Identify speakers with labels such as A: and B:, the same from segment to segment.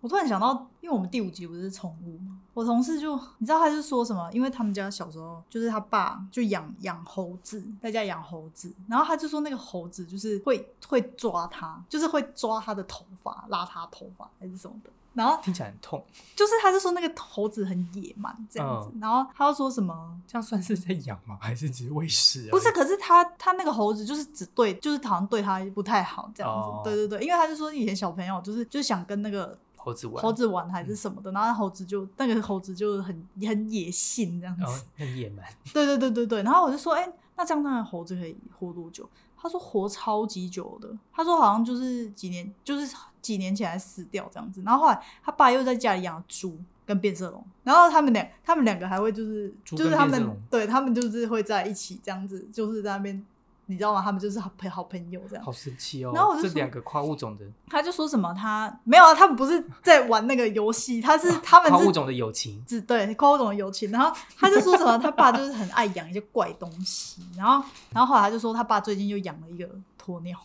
A: 我突然想到，因为我们第五集不是宠物嘛，我同事就你知道他是说什么？因为他们家小时候就是他爸就养养猴子，在家养猴子，然后他就说那个猴子就是会会抓他，就是会抓他的头发，拉他头发还是什么的。然后
B: 听起来很痛，
A: 就是他就说那个猴子很野蛮这样子，然后他又说什么？
B: 嗯这样算是在养吗？还是只是喂食而已？
A: 不是，可是他他那个猴子就是只对，就是好像对他不太好这样子。
B: 哦
A: 对对对，因为他就说以前小朋友就是就想跟那个
B: 猴子玩，
A: 猴子玩还是什么的，然后猴子就那个猴子就很很野性这样子。
B: 然后很哦野蛮，
A: 对对对对对，然后我就说，哎、那这样那猴子可以活多久？他说活超级久的，他说好像就是几年，就是几年前才死掉这样子。然后后来他爸又在家里养猪跟变色龙，然后他们两他们两个还会就是
B: 猪
A: 就
B: 跟
A: 是他
B: 变色
A: 们
B: 龙
A: 对他们就是会在一起这样子，就是在那边你知道吗？他们就是好朋好朋友这样
B: 好。神奇哦。
A: 然后我就
B: 这
A: 说
B: 两个跨物种的
A: 他就说什么他没有啊，他们不是在玩那个游戏，他是他们
B: 跨
A: 是
B: 物种的友情，
A: 只对高总的友情，然后他就说什么他爸就是很爱养一些怪东西，然后然后后来他就说他爸最近又养了一个鸵鸟，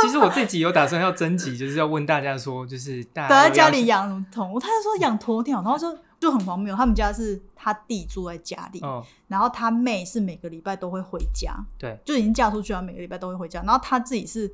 B: 其实我自己有打算要征 集，就是要问大家说，就是大
A: 本
B: 家
A: 来
B: 如果
A: 家
B: 要
A: 里
B: 去，
A: 养什么宠物，他就说养鸵鸟，然后就就很荒谬，他们家是他弟住在家里，
B: 嗯，
A: 然后他妹是每个礼拜都会回家，
B: 对，
A: 就已经嫁出去了，每个礼拜都会回家，然后他自己是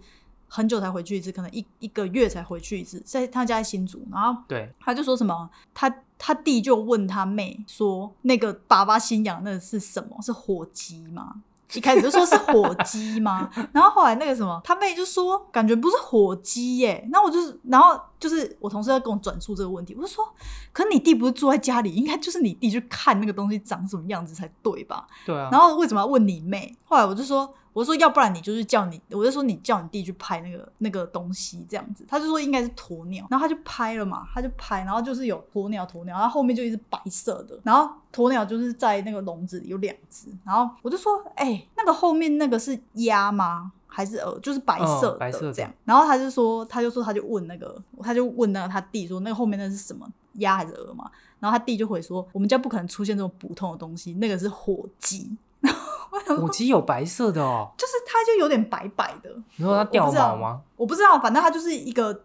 A: 很久才回去一次，可能一一个月才回去一次，在他家在新竹，然后
B: 对，
A: 他就说什么，他他弟就问他妹说，那个爸爸新养那个是什么？是火鸡吗？一开始就说是火鸡吗？然后后来那个什么，他妹就说感觉不是火鸡耶。那我就是，然后就是我同事在跟我转述这个问题，我就说，可你弟不是住在家里，应该就是你弟去看那个东西长什么样子才对吧？
B: 对啊。
A: 然后为什么要问你妹？后来我就说，我说要不然你就是叫你，我就说你叫你弟去拍那个那个东西这样子。他就说应该是鸵鸟，然后他就拍了嘛，他就拍，然后就是有鸵鸟鸵鸟，然后后面就一只白色的，然后鸵鸟就是在那个笼子里有两只，然后我就说，哎、那个后面那个是鸭吗？还是鹅，就是白色
B: 嗯白色的
A: 这样。然后他就说，他就说，他就问那个，他就问那个他弟说，那个后面那是什么鸭还是鹅嘛？然后他弟就回说，我们家不可能出现这种普通的东西，那个是火鸡。
B: 火鸡有白色的哦，
A: 就是它就有点白白的，
B: 你说它掉毛吗？
A: 我不知道，反正它就是一个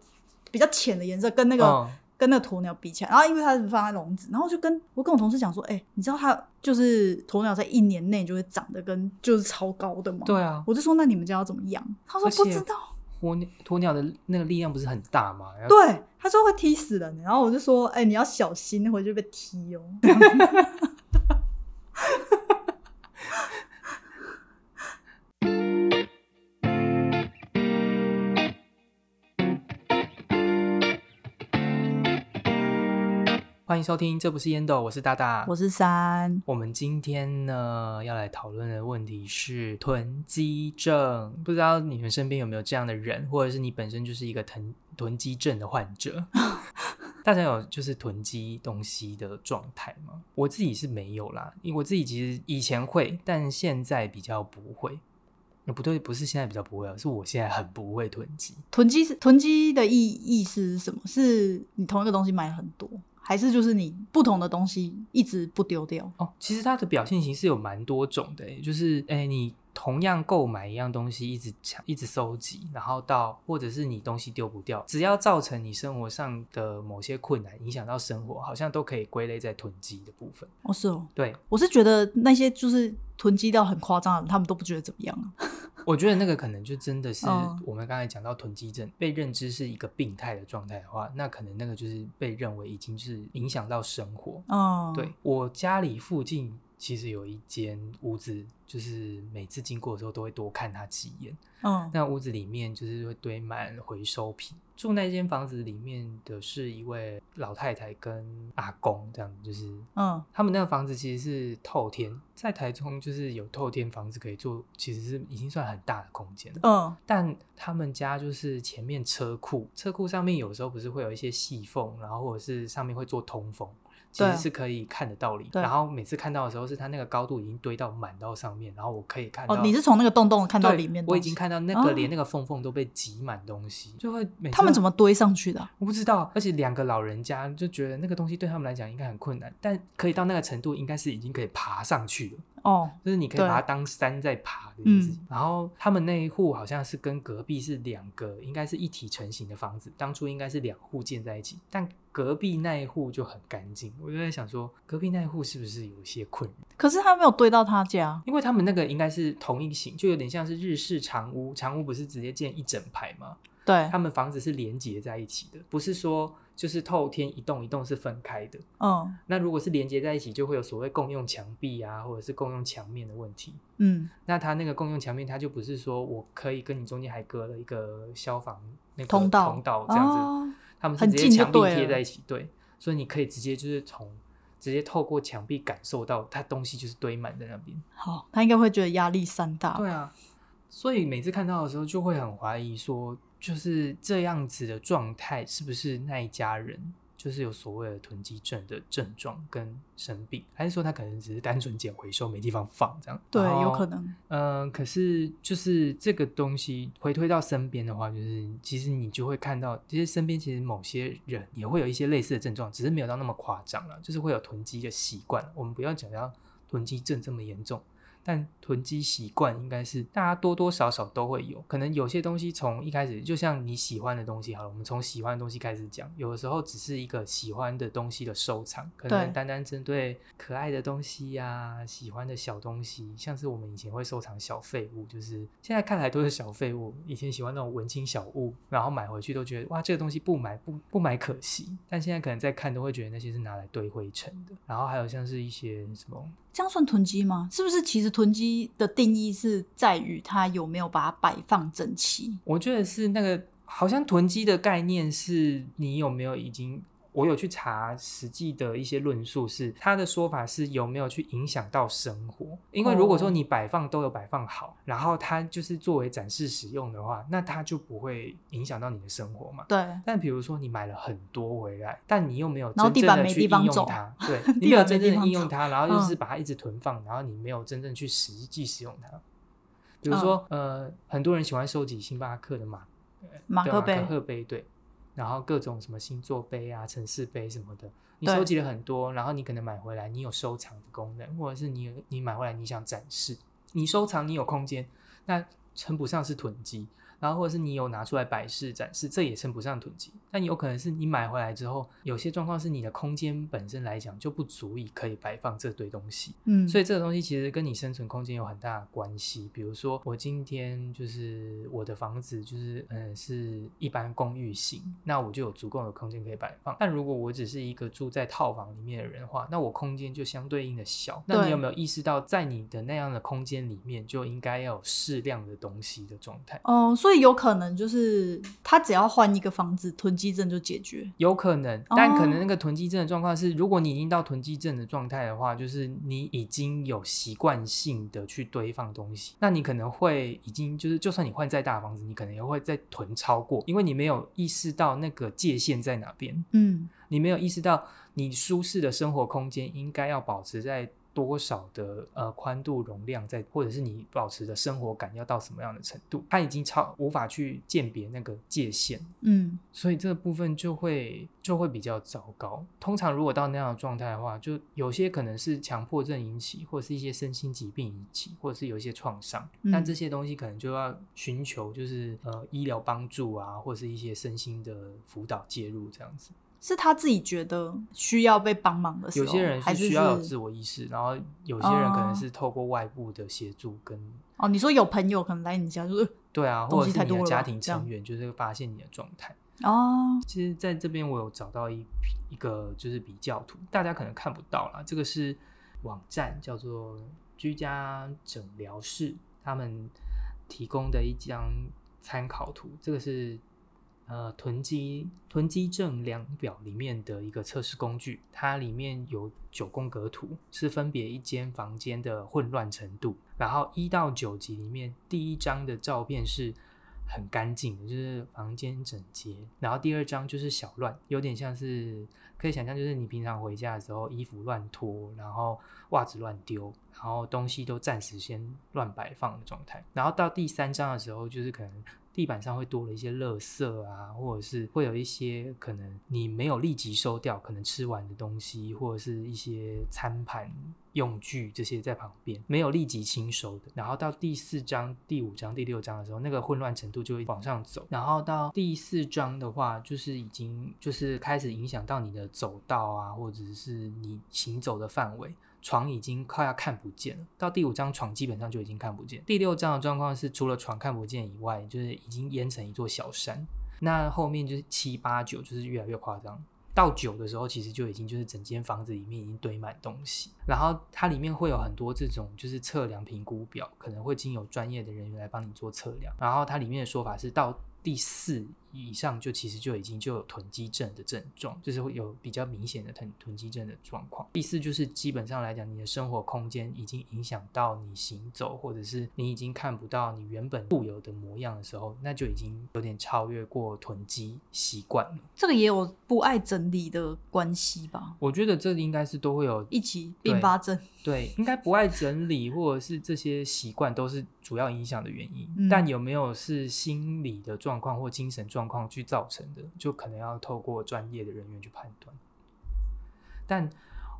A: 比较浅的颜色，跟那个、
B: 嗯，
A: 跟那个鸵鸟比起来，然后因为它是放在笼子，然后就跟我跟我同事讲说，哎、你知道它就是鸵鸟在一年内就会长得跟就是超高的吗？，
B: 对啊，
A: 我就说那你们家要怎么养？他说
B: 而且
A: 不知道，
B: 鸵鸟鸵鸟的那个力量不是很大吗？然后
A: 对，他说会踢死人，然后我就说，哎、你要小心，回去被 踢哦。
B: 啊欢迎收听，这不是烟斗，我是大大。
A: 我是三，
B: 我们今天呢要来讨论的问题是囤积症，不知道你们身边有没有这样的人，或者是你本身就是一个囤囤积症的患者？ 大家有就是囤积东西的状态吗？我自己是没有啦，因为我自己其实以前会，但现在比较不会。呃不对，不是现在比较不会啊，是我现在很不会囤积。
A: 囤积是囤积的意意思是什么？是你同一个东西买很多，还是就是你不同的东西一直不丢掉？
B: 哦，其实它的表现形式有蛮多种的欸，就是诶，你同样购买一样东西，一直抢，一直收集，然后到或者是你东西丢不掉，只要造成你生活上的某些困难，影响到生活，好像都可以归类在囤积的部分。
A: 哦，是哦，
B: 对，
A: 我是觉得那些就是囤积到很夸张的人，他们都不觉得怎么样啊。
B: 我觉得那个可能就真的是
A: 哦
B: 我们刚才讲到囤积症被认知是一个病态的状态的话，那可能那个就是被认为已经是影响到生活，
A: 嗯，
B: 对，我家里附近其实有一间屋子，就是每次经过的时候都会多看它几眼。
A: 嗯，
B: 那屋子里面就是会堆满回收品。住那间房子里面的是一位老太太跟阿公，这样就是
A: 嗯，
B: 他们那个房子其实是透天，在台中就是有透天房子可以做，其实是已经算很大的空间了。
A: 嗯，
B: 但他们家就是前面车库，车库上面有时候不是会有一些细缝，然后或者是上面会做通风，其
A: 对啊
B: 实是可以看得到里。
A: 对
B: 然后每次看到的时候，是它那个高度已经堆到满到上面，然后我可以看到。
A: 哦，你是从那个洞洞看到
B: 对
A: 里面的东
B: 我
A: 西，
B: 已经看到那个
A: 哦
B: 连那个缝缝都被挤满东西，就会每次
A: 他们
B: 都
A: 怎么堆上去的啊、
B: 我不知道，而且两个老人家就觉得那个东西对他们来讲应该很困难，但可以到那个程度，应该是已经可以爬上去了。
A: 哦，
B: 就是你可以
A: 对
B: 把它当山在爬的意思。
A: 嗯
B: 然后他们那一户好像是跟隔壁是两个，应该是一体成型的房子，当初应该是两户建在一起，但隔壁那一户就很干净。我就在想说，隔壁那一户是不是有一些困扰？
A: 可是他没有堆到他家，
B: 因为他们那个应该是同一型，就有点像是日式长屋，长屋不是直接建一整排吗？
A: 对
B: 他，们房子是连接在一起的，不是说就是透天一栋一栋是分开的。
A: 嗯
B: 那如果是连接在一起，就会有所谓共用墙壁啊，或者是共用墙面的问题。
A: 嗯，
B: 那它那个共用墙面，它就不是说我可以跟你中间还隔了一个消防那个
A: 通道
B: 通道这样子，
A: 哦
B: 他们是
A: 很
B: 直接
A: 近就
B: 墙壁
A: 对了
B: 贴在一起，对，所以你可以直接就是从直接透过墙壁感受到它东西就是堆满在那边。
A: 好，他应该会觉得压力山大。
B: 对啊，所以每次看到的时候就会很怀疑说，就是这样子的状态是不是那一家人就是有所谓的囤积症的症状跟生病，还是说他可能只是单纯捡回收没地方放这样？
A: 对，
B: 然后
A: 有可。能。
B: 嗯，可是就是这个东西回推到身边的话，就是其实你就会看到，其实身边其实某些人也会有一些类似的症状，只是没有到那么夸张了，就是会有囤积的习惯。我们不要讲到囤积症这么严重，但囤积习惯应该是大家多多少少都会有，可能有些东西从一开始，就像你喜欢的东西好了，我们从喜欢的东西开始讲，有的时候只是一个喜欢的东西的收藏，可能
A: 对
B: 单单针对可爱的东西呀、喜欢的小东西，像是我们以前会收藏小废物，就是现在看来都是小废物，以前喜欢那种文青小物，然后买回去都觉得哇这个东西不买不不买可惜，但现在可能再看都会觉得那些是拿来堆灰尘的，然后还有像是一些什么。
A: 这样算囤积吗？是不是其实囤积的定义是在于它有没有把它摆放整齐？
B: 我觉得是那个，好像囤积的概念是你有没有已经，我有去查实际的一些论述是，他的说法是有没有去影响到生活。因为如果说
A: 哦
B: 你摆放都有摆放好，然后它就是作为展示使用的话，那它就不会影响到你的生活嘛。
A: 对，
B: 但比如说你买了很多回来，但你又没有
A: 然后
B: 真
A: 地
B: 正
A: 板
B: 的
A: 没
B: 去
A: 地
B: 应
A: 方
B: 用
A: 走，
B: 它，对 你
A: 地
B: 没有
A: 板没
B: 真
A: 地
B: 正的
A: 方
B: 应用
A: 走
B: 它，然后就是
A: 嗯
B: 把它一直囤放，然后你没有真正去实际使用它。比
A: 嗯
B: 如说，呃，很多人喜欢收集星巴克的马
A: 马
B: 对
A: 克
B: 啊马
A: 杯
B: 克杯对，然后各种什么星座杯啊、城市杯什么的，你
A: 对
B: 收集了很多，然后你可能买回来，你有收藏的功能，或者是你有你买回来你想展示，你收藏你有空间，那称不上是囤积。然后或者是你有拿出来摆饰展示，这也称不上囤积。但有可能是你买回来之后，有些状况是你的空间本身来讲就不足以可以摆放这堆东西。
A: 嗯，
B: 所
A: 以
B: 以这个东西其实跟你生存空间有很大的关系。比如说，我今天就是我的房子就是嗯是一般公寓型，那我就有足够的空间可以摆放。但如果我只是一个住在套房里面的人的话，那我空间就相对应的小。那你
A: 对
B: 有没有意识到，在你的那样的空间里面，就应该要有适量的东西的状态？
A: 哦、所以有可能就是他只要换一个房子，囤积症就解决。
B: 有可能，但可
A: 哦
B: 能那个囤积症的状况是，如果你已经到囤积症的状态的话，就是你已经有习惯性的去堆放东西，那你可能会已经就是，就算你换再大的房子，你可能也会再囤超过，因为你没有意识到那个界限在哪边，
A: 嗯，
B: 你没有意识到你舒适的生活空间应该要保持在。多少的呃宽度容量在，或者是你保持的生活感要到什么样的程度？它已经超无法去鉴别那个界限，
A: 嗯，
B: 所以这个部分就会就会比较糟糕。通常如果到那样的状态的话，就有些可能是强迫症引起，或者是一些身心疾病引起，或者是有一些创伤。
A: 嗯
B: 但这些东西可能就要寻求就是呃医疗帮助啊，或者是一些身心的辅导介入这样子。
A: 是他自己觉得需要被帮忙的时
B: 有
A: 候，
B: 些人
A: 还是
B: 需要有
A: 是
B: 自我意识，然后有些人可
A: 哦
B: 能是透过外部的协助跟。
A: 哦，你说有朋友可能来你家就是
B: 对啊，
A: 东
B: 或者
A: 西
B: 是
A: 太
B: 你
A: 多
B: 的
A: 了
B: 家
A: 吧
B: 庭
A: 这样
B: 成员，就是发现你的状态。
A: 哦，
B: 其实在这边我有找到一一个就是比较图，大家可能看不到啦。这个是网站叫做居家诊疗室，他们提供的一张参考图。这个是呃囤积囤积症量表里面的一个测试工具，它里面有九宫格图，是分别一间房间的混乱程度。然后一到九级里面，第一张的照片是很干净的，就是房间整洁。然后第二张就是小乱，有点像是可以想象，就是你平常回家的时候衣服乱脱，然后袜子乱丢，然后东西都暂时先乱摆放的状态。然后到第三章的时候，就是可能。地板上会多了一些垃圾啊，或者是会有一些可能你没有立即收掉，可能吃完的东西，或者是一些餐盘、用具这些在旁边，没有立即清收的。然后到第四章、第五章、第六章的时候，那个混乱程度就会往上走。然后到第四章的话，就是已经就是开始影响到你的走道啊，或者是你行走的范围。床已经快要看不见了，到第五章床基本上就已经看不见。第六章的状况是，除了床看不见以外，就是已经淹成一座小山。那后面就是七八九，就是越来越夸张。到九的时候，其实就已经就是整间房子里面已经堆满东西，然后它里面会有很多这种就是测量评估表，可能会经由专业的人员来帮你做测量。然后它里面的说法是，到第四以上就其实就已经就有囤积症的症状，就是会有比较明显的囤囤积症的状况。第四就是基本上来讲，你的生活空间已经影响到你行走，或者是你已经看不到你原本固有的模样的时候，那就已经有点超越过囤积习惯了。
A: 这个也有不爱整理的关系吧，
B: 我觉得这应该是都会有
A: 一起并发症。
B: 对，应该不爱整理或者是这些习惯都是主要影响的原因。
A: 嗯
B: 但有没有是心理的状况或精神状况去造成的，就可能要透过专业的人员去判断。但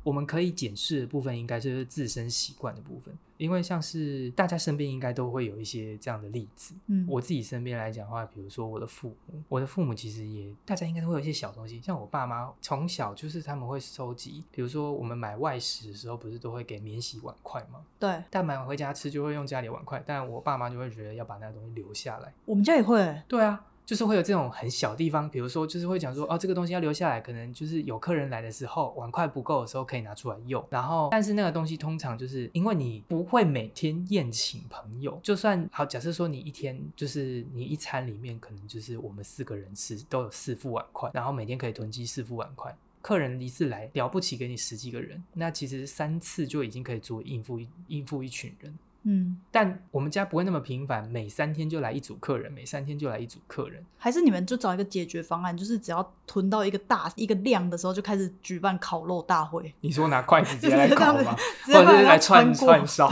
B: 我们可以检视的部分，应该就是自身习惯的部分，因为像是大家身边应该都会有一些这样的例子。
A: 嗯，
B: 我自己身边来讲的话，比如说我的父母，我的父母其实也，大家应该都会有一些小东西，像我爸妈从小就是他们会收集，比如说我们买外食的时候，不是都会给免洗碗筷吗？
A: 对
B: 但买回家吃就会用家里的碗筷，但我爸妈就会觉得要把那个东西留下来。
A: 我们家也会，嗯
B: 对啊，就是会有这种很小地方，比如说就是会讲说，哦，这个东西要留下来，可能就是有客人来的时候，碗筷不够的时候可以拿出来用。然后，但是那个东西通常就是因为你不会每天宴请朋友，就算好，假设说你一天就是你一餐里面可能就是我们四个人吃都有四副碗筷，然后每天可以囤积四副碗筷。客人一次来了不起，给你十几个人，那其实三次就已经可以足以应付一应付一群人。
A: 嗯，
B: 但我们家不会那么频繁，每三天就来一组客人，每三天就来一组客人。
A: 还是你们就找一个解决方案，就是只要囤到一个大一个量的时候，就开始举办烤肉大会，
B: 你说拿筷子直接
A: 接
B: 来
A: 来
B: 烤
A: 烤
B: 吗
A: 吗？直
B: 或
A: 接把
B: 者是
A: 它
B: 来
A: 穿
B: 串
A: 过
B: 串烧？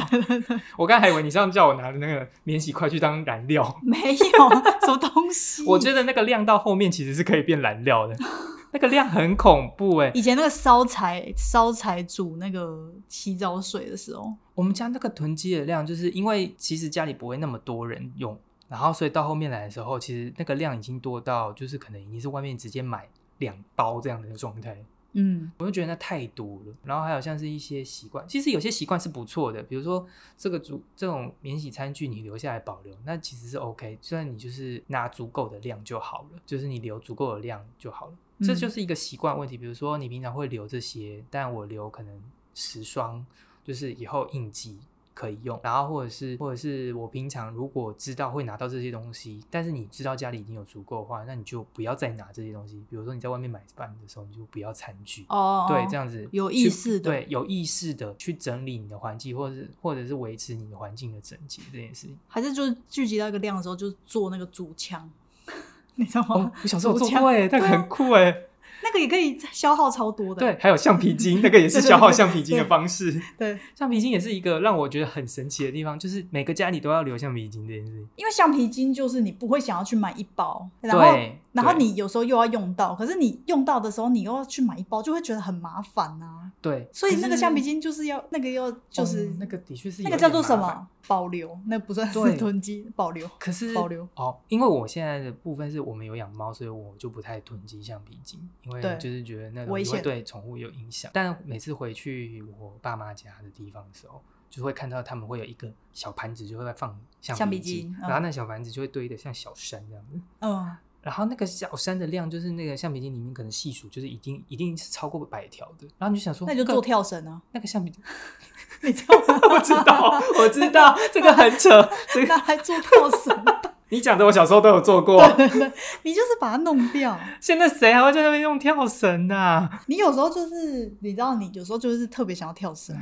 B: 我刚才还以为你这样叫我拿那个免洗筷去当燃 料，
A: 没有什么东西。
B: 我觉得那个量到后面其实是可以变燃料 的，那个量很恐怖哎、
A: 以前那个烧柴烧柴煮那个洗澡水的时候，
B: 我们家那个囤积的量，就是因为其实家里不会那么多人用，然后所以到后面来的时候，其实那个量已经多到就是可能已经是外面直接买两包这样的状态。
A: 嗯，
B: 我就觉得那太多了。然后还有像是一些习惯，其实有些习惯是不错的，比如说这个足这种免洗餐具你留下来保留，那其实是 OK，虽然你就是拿足够的量就好了，就是你留足够的量就好了。
A: 嗯
B: 这就是一个习惯问题。比如说你平常会留这些，但我留可能十双，就是以后应急。可以用，然后或者是或者是我平常如果知道会拿到这些东西，但是你知道家里已经有足够的话，那你就不要再拿这些东西。比如说你在外面买饭的时候，你就不要餐具，
A: 哦，
B: 对，这样子
A: 有
B: 去
A: 意识的
B: 对，有意识的去整理你的环境，或者是或者是维持你的环境的整洁这件事情。
A: 还是就是聚集到一个量的时候，就做那个竹枪， 你知道吗？
B: 哦，我小时候有
A: 竹
B: 做
A: 枪
B: 过哎，那个很酷哎，
A: 那个也可以消耗超多的，
B: 对，还有橡皮筋，那个也是消耗橡皮筋的
A: 对
B: 方式。
A: 对，
B: 橡皮筋也是一个让我觉得很神奇的地方，就是每个家里都要留橡皮筋这件事情。
A: 因为橡皮筋就是你不会想要去买一包，然后
B: 对，
A: 然后
B: 对
A: 你有时候又要用到，可是你用到的时候你又要去买一包，就会觉得很麻烦啊。
B: 对，
A: 所以那个橡皮
B: 筋
A: 筋就是要那个要就是、
B: 哦那个的确是
A: 那
B: 有
A: 个叫做
B: 点
A: 什
B: 麻烦
A: 么保留，那不算
B: 对
A: 是囤积保留。
B: 可是
A: 保留
B: 哦，因为我现在的部分是我们有养猫，所以我就不太囤积橡皮筋，因为
A: 对
B: 就是觉得那
A: 危
B: 东西会
A: 险
B: 对宠物有影响。但每次回去我爸妈家的地方的时候，就会看到他们会有一个小盘子，就会在放橡
A: 橡皮
B: 筋，
A: 筋嗯
B: 然后那小盘子就会堆得像小山这样子。
A: 嗯，
B: 然后那个小山的量，就是那个橡皮筋里面可能细数，就是一定一定是超过百条的。然后你就想说，
A: 那你就
B: 个
A: 做跳绳 啊，
B: 那个橡皮筋，
A: 你知道吗？
B: 我知道，我知道，这个很扯，这 个
A: 拿来做跳绳，
B: 你讲的我小时候都有做过。
A: 你就是把它弄掉。
B: 现在谁还会在那边用跳绳啊？
A: 你有时候就是你知道，你有时候就是特别想要跳
B: 嗯
A: 绳，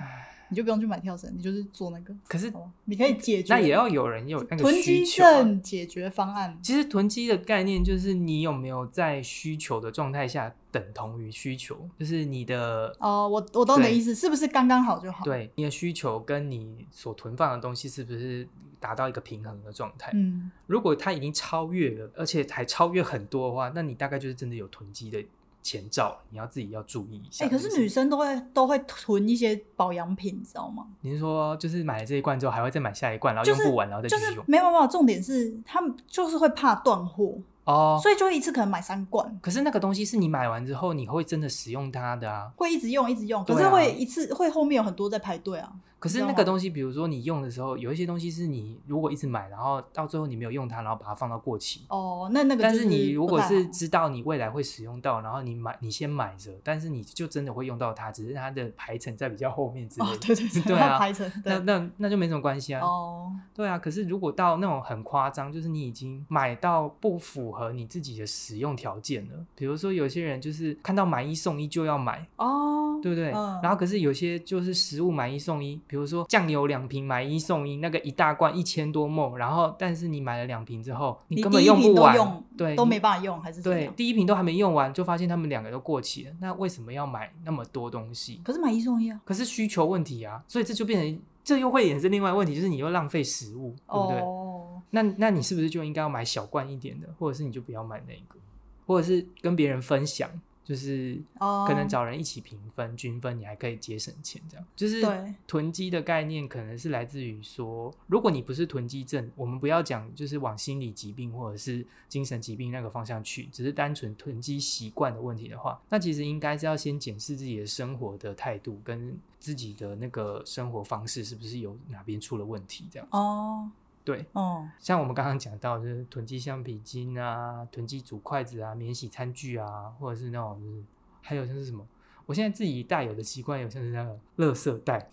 A: 你就不用去买跳绳，你就是做那个，
B: 可是
A: 好吧？你可以解决。
B: 那也要有人有那个
A: 囤
B: 需
A: 积
B: 求啊、
A: 症解决方案。
B: 其实囤积的概念就是你有没有在需求的状态下等同于需求，就是你的
A: 哦，我我懂你的
B: 对
A: 意思，是不是刚刚好就好？，
B: 对你的需求跟你所囤放的东西是不是达到一个平衡的状态？
A: 嗯，
B: 如果它已经超越了，而且还超越很多的话，那你大概就是真的有囤积的前兆了，你要自己要注意一下。
A: 哎、可是女，生都会都会囤一些保养品，你知道吗？
B: 你是说就是买了这一罐之后还会再买下一罐，然后
A: 就
B: 用
A: 是
B: 不完，然后再
A: 就
B: 继
A: 是
B: 续用？
A: 没有没有，重点是他们就是会怕断货，
B: 哦，
A: 所以就一次可能买三罐，
B: 可是那个东西是你买完之后你会真的使用它的啊。
A: 会一直用一直用，
B: 对
A: 可
B: 啊
A: 是会一次、会后面有很多在排队啊。
B: 可是
A: 你知
B: 那
A: 道
B: 个
A: 吗
B: 东西，比如说你用的时候，有一些东西是你如果一直买，然后到最后你没有用它，然后把它放到过期。
A: 哦，那那个
B: 但
A: 就是
B: 你如
A: 不
B: 果
A: 太
B: 是
A: 好
B: 知道你未来会使用到，然后你买你先买着，但是你就真的会用到它，只是它的排程在比较后面之类
A: 哦，对
B: 的。
A: 对
B: 对
A: 对，
B: 啊
A: 要排成
B: 那
A: 对
B: 那那就没什么关系啊。
A: 哦，
B: 对啊，可是如果到那种很夸张，就是你已经买到不符合你自己的使用条件了，比如说有些人就是看到买一送一就要买，
A: 哦，
B: 对不对？
A: 嗯
B: 然后可是有些就是食物买一送一，比如说酱油两瓶买一送一，那个一大罐一千多梦，然后但是你买了两瓶之后，
A: 你
B: 根
A: 第
B: 本
A: 一
B: 不
A: 瓶都
B: 完，
A: 用
B: 对，
A: 都
B: 你
A: 没办法用，还是怎么
B: 对，
A: 样？
B: 第一瓶都还没用完，就发现他们两个都过期了，那为什么要买那么多东西？
A: 可是买一送一啊，
B: 可是需求问题啊，所以这就变成。这又会衍生另外一个问题，就是你又浪费食物，对不对？
A: 哦，
B: 那那你是不是就应该要买小罐一点的，或者是你就不要买那个，或者是跟别人分享，就是
A: 哦
B: 可能找人一起平分、均分，你还可以节省钱，这样就是
A: 对
B: 囤积的概念，可能是来自于说，如果你不是囤积症，我们不要讲就是往心理疾病或者是精神疾病那个方向去，只是单纯囤积习惯的问题的话，那其实应该是要先检视自己的生活的态度跟自己的那个生活方式是不是有哪边出了问题，这样
A: 哦
B: 对。
A: 哦
B: 像我们刚刚讲到，就是囤积橡皮筋啊，囤积竹筷子啊，免洗餐具啊，或者是那种就是还有像是什么，我现在自己带有的习惯有像是那个垃圾袋，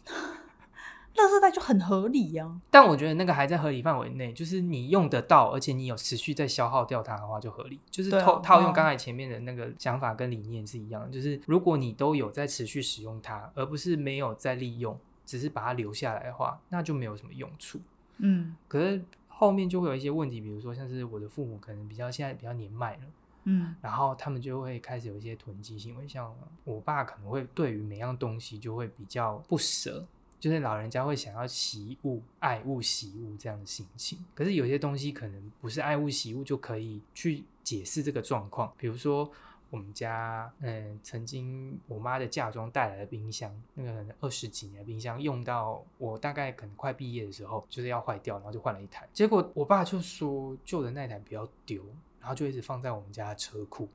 A: 垃圾袋就很合理呀、
B: 但我觉得那个还在合理范围内，就是你用得到，而且你有持续在消耗掉它的话就合理。就是
A: 对啊
B: 套、套用
A: 嗯
B: 刚才前面的那个想法跟理念是一样的，就是如果你都有在持续使用它，而不是没有在利用，只是把它留下来的话，那就没有什么用处。
A: 嗯
B: 可是后面就会有一些问题，比如说像是我的父母可能比较现在比较年迈了，
A: 嗯
B: 然后他们就会开始有一些囤积行为，像我爸可能会对于每样东西就会比较不舍。就是老人家会想要惜物、爱物、惜物这样的心情，可是有些东西可能不是爱物惜物就可以去解释这个状况。比如说我们家，嗯，曾经我妈的嫁妆带来的冰箱，那个二十几年的冰箱，用到我大概可能快毕业的时候，就是要坏掉，然后就换了一台。结果我爸就说旧的那台不要丢，然后就一直放在我们家的车库。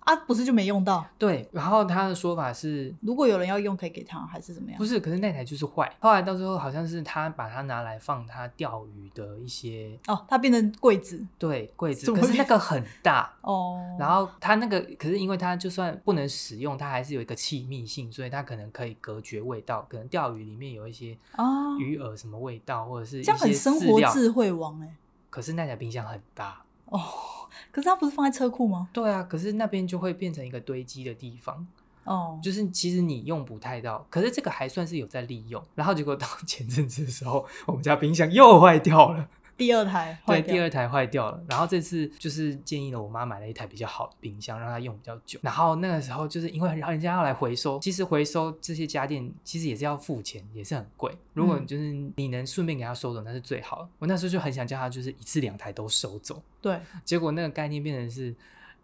A: 啊，不是就没用到？
B: 对，然后他的说法是
A: 如果有人要用，可以给他，还是怎么样
B: 不？是，可是那台就是坏。后来到最后好像是他把它拿来放他钓鱼的一些
A: 哦，它变成柜子
B: 对柜子，
A: 怎么
B: 可是
A: 会
B: 那个很大。
A: 哦，
B: 然后它那个，可是因为它就算不能使用，它还是有一个气密性，所以它可能可以隔绝味道。可能钓鱼里面有一些
A: 啊，
B: 鱼饵什么味道，或者是一
A: 这样很
B: 些
A: 生
B: 饲
A: 活
B: 料。
A: 智慧王哎、
B: 可是那台冰箱很大，
A: 哦，可是它不是放在车库吗？
B: 对啊，可是那边就会变成一个堆积的地方，
A: 哦，
B: 就是其实你用不太到，可是这个还算是有在利用。然后结果到 前阵子的时候，我们家冰箱又坏掉了，
A: 第二台坏
B: 对，
A: 掉
B: 第二台坏掉了。然后这次就是建议了我妈买了一台比较好的冰箱，让她用比较久。然后那个时候就是因为人家要来回收，其实回收这些家电其实也是要付钱，也是很贵。如果
A: 嗯
B: 就是你能顺便给她收走，那是最好的。我那时候就很想叫她就是一次两台都收走，
A: 对，
B: 结果那个概念变成是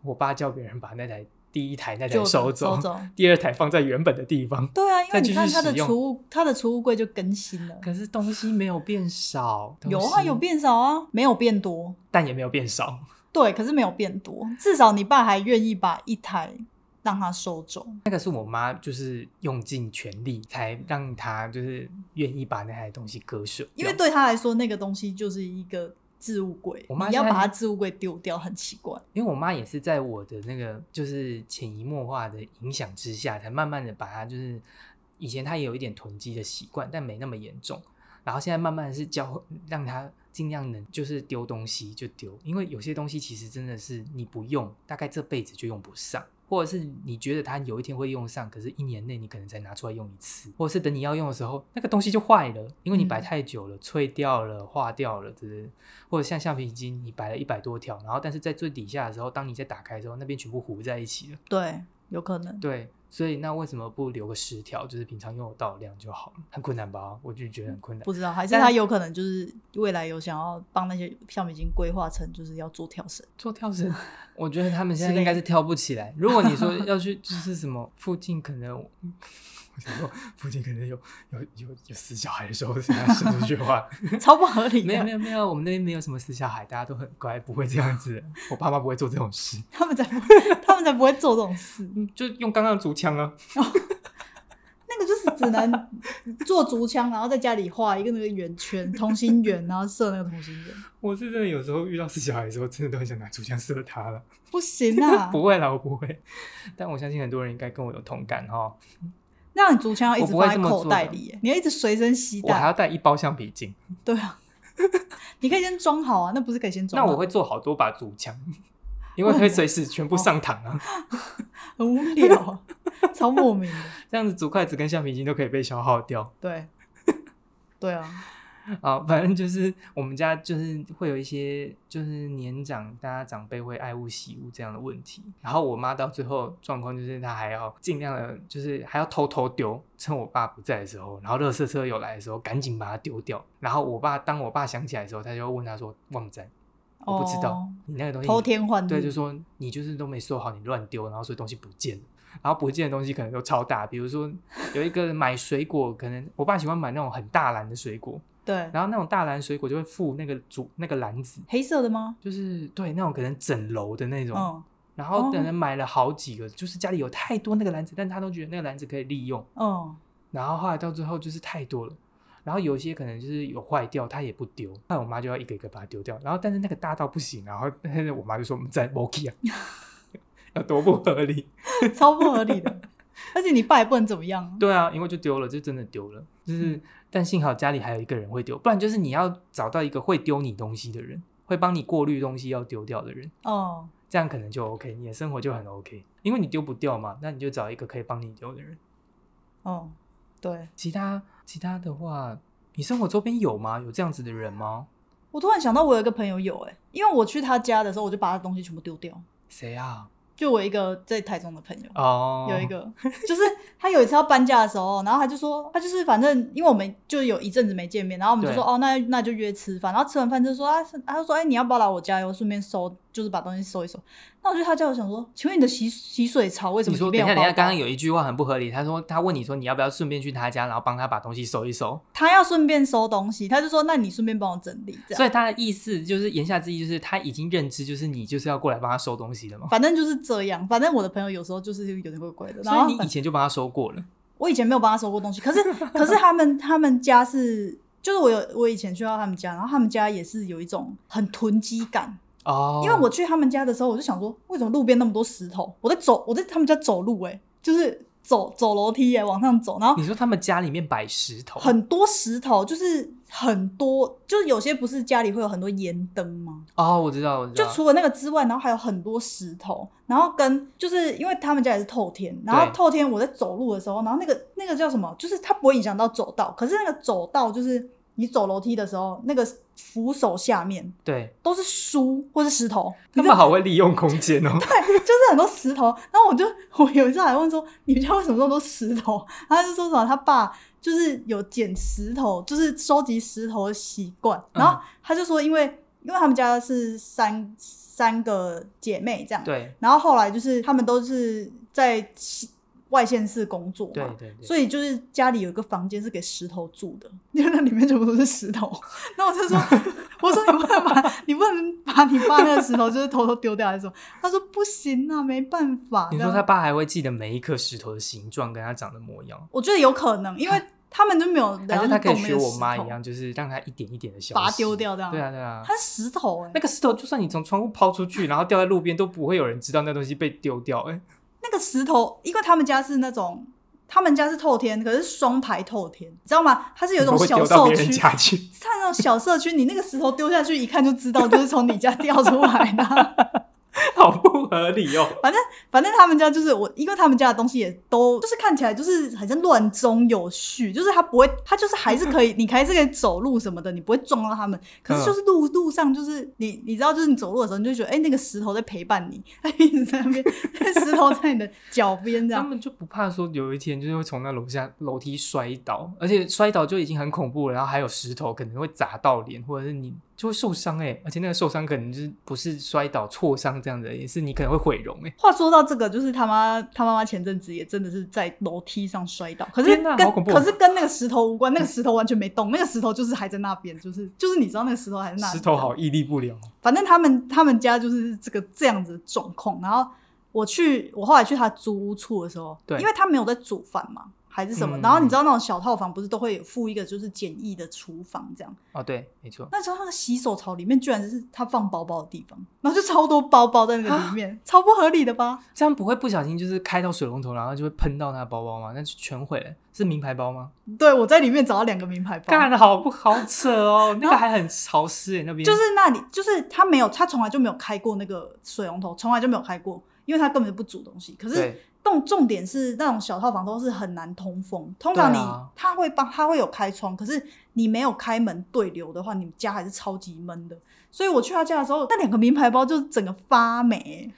B: 我爸叫别人把那台第一台那台
A: 就
B: 收
A: 走
B: 走，第二台放在原本的地方。
A: 对啊，因
B: 再
A: 为
B: 继
A: 你看
B: 续
A: 它
B: 使
A: 的
B: 用
A: 储物，它的储物柜就更新了。
B: 可是东西没有变少，东
A: 有啊，
B: 西
A: 有，变少啊，没有变多。
B: 但也没有变少。
A: 对，可是没有变多，至少你爸还愿意把一台让他收走。
B: 那个是我妈就是用尽全力才让她就是愿意把那台东西割舍掉，
A: 因为对他来说，那个东西就是一个置物柜，
B: 我妈
A: 你要
B: 现在
A: 把它置物柜丢掉，很奇怪。
B: 因为我妈也是在我的那个就是潜移默化的影响之下，才慢慢的把它就是以前她也有一点囤积的习惯，但没那么严重，然后现在慢慢地是教让她尽量能就是丢东西就丢，因为有些东西其实真的是你不用，大概这辈子就用不上。或者是你觉得它有一天会用上，可是一年内你可能才拿出来用一次，或者是等你要用的时候，那个东西就坏了，因为你
A: 嗯
B: 摆太久了，脆掉了、化掉了之类的。或者像橡皮筋，你摆了一百多条，然后但是在最底下的时候，当你再打开的时候，那边全部糊在一起了。
A: 对，有可能。
B: 对，所以那为什么不留个十条，就是平常用得到的量就好了？很困难吧？我就觉得很困难。
A: 不知道，还是
B: 但
A: 他有可能就是未来有想要帮那些橡皮筋规划成，就是要做跳绳。
B: 做跳绳， 我觉得他们现
A: 之
B: 在
A: 类
B: 应该是跳不起来。如果你 说要去就是什么附近，可能 我想说附近可能有有有有死小孩的时候，才要伸出去的 话，
A: 超不合理的。
B: 没有没有没有，我们那边没有什么死小孩，大家都很乖，不会这样子。我爸妈不会做这种事，
A: 他们才不会，他们才不会做这种事。
B: 嗯就用刚刚的竹枪啊。
A: 那个就是只能做竹枪，然后在家里画一个那个圆圈，同心圆，然后射那个同心圆。
B: 我是真的有时候遇到死小孩的时候，真的都很想拿竹枪射他了。
A: 不行啊！
B: 不会啦，我不会。但我相信很多人应该跟我有同感哈。
A: 那你竹枪要一直
B: 我不会
A: 放在
B: 这么
A: 口
B: 做
A: 袋
B: 的
A: 里耶，你要一直随身携
B: 我还要
A: 带。
B: 带一包橡皮筋，
A: 对啊， 你可以先装好啊，那不是可以先装
B: 那
A: 好？
B: 我会做好多把竹枪， 因为会随时全部上膛啊。
A: 很无聊，啊 超莫名的。
B: 这样子竹筷子跟橡皮筋都可以被消耗掉
A: 对，对啊，
B: 啊。反正就是我们家就是会有一些就是年长大家长辈会爱屋喜屋这样的问题。然后我妈到最后状况就是她还要尽量的，就是还要偷偷丢，趁我爸不在的时候，然后垃圾车有来的时候赶紧把它丢掉。然后我爸当我爸想起来的时候，他就会问他说忘在。我不知道、
A: 哦
B: 你那个东西
A: 偷天换日。
B: 对，就说你就是都没收好，你乱丢，然后所以东西不见了。然后不见的东西可能都超大，比如说有一个人买水果，可能我爸喜欢买那种很大篮的水果，
A: 对，
B: 然后那种大篮水果就会附那个主那个篮子，
A: 黑色的吗？
B: 就是对那种可能整楼的那种。
A: 嗯
B: 然后可能买了好几个，就是家里有太多那个篮子，但他都觉得那个篮子可以利用。
A: 嗯，
B: 然后后来到最后就是太多了，然后有一些可能就是有坏掉，他也不丢，那我妈就要一个一个把它丢掉。然后但是那个大到不行，然后 我妈就说我们在 m o k i 啊， 有多不合理？
A: 超不合理的。 而且你爸也不能怎么样啊。
B: 对啊，因为就丢了，就真的丢了。就是
A: 嗯
B: 但幸好家里还有一个人会丢，不然就是你要找到一个会丢你东西的人，会帮你过滤东西要丢掉的人。
A: 哦，
B: 这样可能就 OK，你的生活就很 OK，因为你丢不掉嘛，那你就找一个可以帮你丢的人。
A: 哦，对。
B: 其他其他的话，你生活周边有吗？有这样子的人吗？
A: 我突然想到，我有一个朋友有哎、因为我去他家的时候，我就把他的东西全部丢掉。
B: 谁啊？
A: 就我一个在台中的朋友，
B: 哦，
A: 有一个就是他有一次要搬家的时候，然后他就说，他就是反正因为我们就有一阵子没见面，然后我们就
B: 对
A: 说哦，那那就约吃饭，然后吃完饭就说啊，他就说哎、你要不要来我家？我顺便收，就是把东西收一收。那我去他家，我想说，请问你的洗洗水槽为什
B: 你
A: 么
B: 说
A: 里
B: 等一
A: 面
B: 下，
A: 有包包
B: 等一下，刚刚有一句话很不合理，他说他问你说你要不要顺便去他家，然后帮他把东西收一收，
A: 他要顺便收东西，他就说那你顺便帮我整理，这样
B: 所以他的意思就是言下之意就是他已经认知就是你就是要过来帮他收东西的嘛，
A: 反正就是这样。反正我的朋友有时候就是有点怪怪的，然
B: 所
A: 后
B: 以你以前就帮他收过了，
A: 我以前没有帮他收过东西， 可是可是他们他们家是，就是我有我以前去到他们家，然后他们家也是有一种很囤积感，
B: 哦，
A: 因为我去他们家的时候，我就想说，为什么路边那么多石头？我在走，我在他们家走路、欸，哎，就是走走楼梯、欸，哎，往上走，然后
B: 你说他们家里面摆石头，
A: 很多石头，就是很多，就是有些不是家里会有很多盐灯吗？
B: 哦，我知道，我知
A: 就
B: 道，
A: 除了那个之外，然后还有很多石头，然后跟就是因为他们家也是透天，然后
B: 对
A: 透天我在走路的时候，然后那个那个叫什么，就是它不会影响到走道，可是那个走道就是你走楼梯的时候，那个扶手下面
B: 对，
A: 都是书或是石头，
B: 他们好会利用空间 哦，
A: 就是很多石头。然后我就我有一次还问说，你们家为什么这么多石头？然后他就说什么他爸就是有捡石头，就是收集石头的习惯。
B: 嗯
A: 然后他就说，因为因为他们家是三三个姐妹这样，
B: 对
A: 然后后来就是他们都是在西外县市工作嘛，
B: 对对对，
A: 所以就是家里有一个房间是给石头住的， 因为那里面全部都是石头。 那我就说，我说你不能把你不能把你爸那个石头就是偷偷丢掉还是什么？他说不行啊，没办法。
B: 你
A: 这
B: 说
A: 样
B: 他爸还会记得每一颗石头的形状跟它长的模样，
A: 我觉得有可能，因为他们就没有，
B: 还
A: 然
B: 是
A: 后
B: 他可以
A: 动那
B: 学
A: 个
B: 我
A: 石
B: 妈
A: 头
B: 一，样，就是让它一点一点的消失，
A: 把它丢掉这样。
B: 对啊，对啊，
A: 它是石头哎、
B: 那个石头，就算你从窗户抛出去，然后掉在路边，都不会有人知道那东西被丢掉、哎，
A: 那个石头，因为他们家是那种。他们家是透天，可是双排透天，你知道吗？它是有一种
B: 会
A: 小
B: 丢到
A: 社
B: 别人
A: 区，
B: 家去。
A: 它那种小社区，你那个石头丢下去，一看就知道就是从你家掉出来的啊。
B: 好不合理哦！
A: 反正他们家就是我，因为他们家的东西也都就是看起来就是好像乱中有序，就是他不会，他就是还是可以， 你还是可以走路什么的，你不会撞到他们。可是就是路路上就是你你知道，就是你走路的时候，你就觉得哎、那个石头在陪伴你，它一直在那边， 那石头在你的脚边这
B: 他
A: 样。
B: 们就不怕说有一天就是会从那楼下楼梯摔倒，而且摔倒就已经很恐怖了，然后还有石头可能会砸到脸，或者是你就会受伤哎、而且那个受伤可能就是不是摔倒挫伤这样的，也是你可能会毁容哎、
A: 话说到这个，就是他妈他妈妈前阵子也真的是在楼梯上摔倒，可是
B: 天哪
A: 跟
B: 好恐怖哦
A: 可是跟那个石头无关，那个石头完全没动，那个石头就是还在那边，就是就是你知道那个石头还在那里。
B: 石头好屹立不了，
A: 反正他们他们家就是这个这样子的状况。然后我去我后来去他租屋处的时候，
B: 对
A: 因为他没有在煮饭嘛，还是什么。
B: 嗯
A: 然后你知道那种小套房不是都会有附一个就是简易的厨房这样？
B: 哦对，没错，
A: 那时候那个洗手槽里面居然是他放包包的地方，然后就超多包包在那
B: 啊
A: 个里面，超不合理的吧？
B: 这样不会不小心就是开到水龙头，然后就会喷到他的包包吗？那就全毁了，是名牌包吗？
A: 对我在里面找到两个名牌包，
B: 干的好不好扯 哦，
A: 然
B: 那个
A: 后
B: 还很潮湿哎、那边
A: 就是那里，就是他没有，他从来就没有开过那个水龙头，从来就没有开过，因为他根本就不煮东西。可是
B: 对
A: 重重点是那种小套房都是很难通风，通常你、
B: 对啊
A: 他会帮他会有开窗，可是你没有开门对流的话，你们家还是超级闷的。所以我去他家的时候，那两个名牌包就是整个发霉，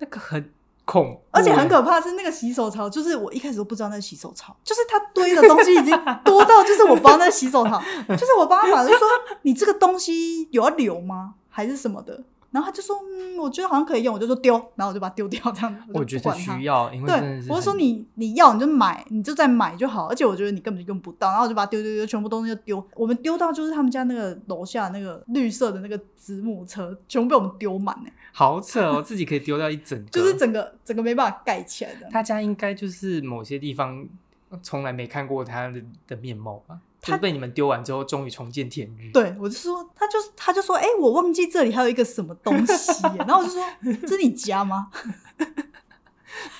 B: 那个很恐怖欸，
A: 而且很可怕的是那个洗手槽，就是我一开始都不知道那是洗手槽，就是他堆的东西已经多到，就是我不知道那是洗手槽， 就是我帮他把就说你这个东西有要留吗，还是什么的，然后他就说嗯，我觉得好像可以用，我就说丢，然后我就把它丢掉这 样，
B: 我
A: 就
B: 觉
A: 不
B: 得
A: 管它
B: 需。要，因为真的
A: 对，
B: 是
A: 我就说
B: 很
A: 你你要你就买，你就再买就好，而且我觉得你根本就用不到，然后我就把它丢丢丢，全部东西就丢。我们丢到就是他们家那个楼下那个绿色的那个子母车，全部被我们丢满了，
B: 好扯哦，自己可以丢掉一整个，
A: 就是整个整个没办法盖起来的。
B: 他家应该就是某些地方从来没看过他的的面貌吧？
A: 他
B: 就是被你们丢完之后，终于重见天日。，
A: 对，我就说，他就他就说，哎、我忘记这里还有一个什么东西耶，然后我就说，这是你家 吗？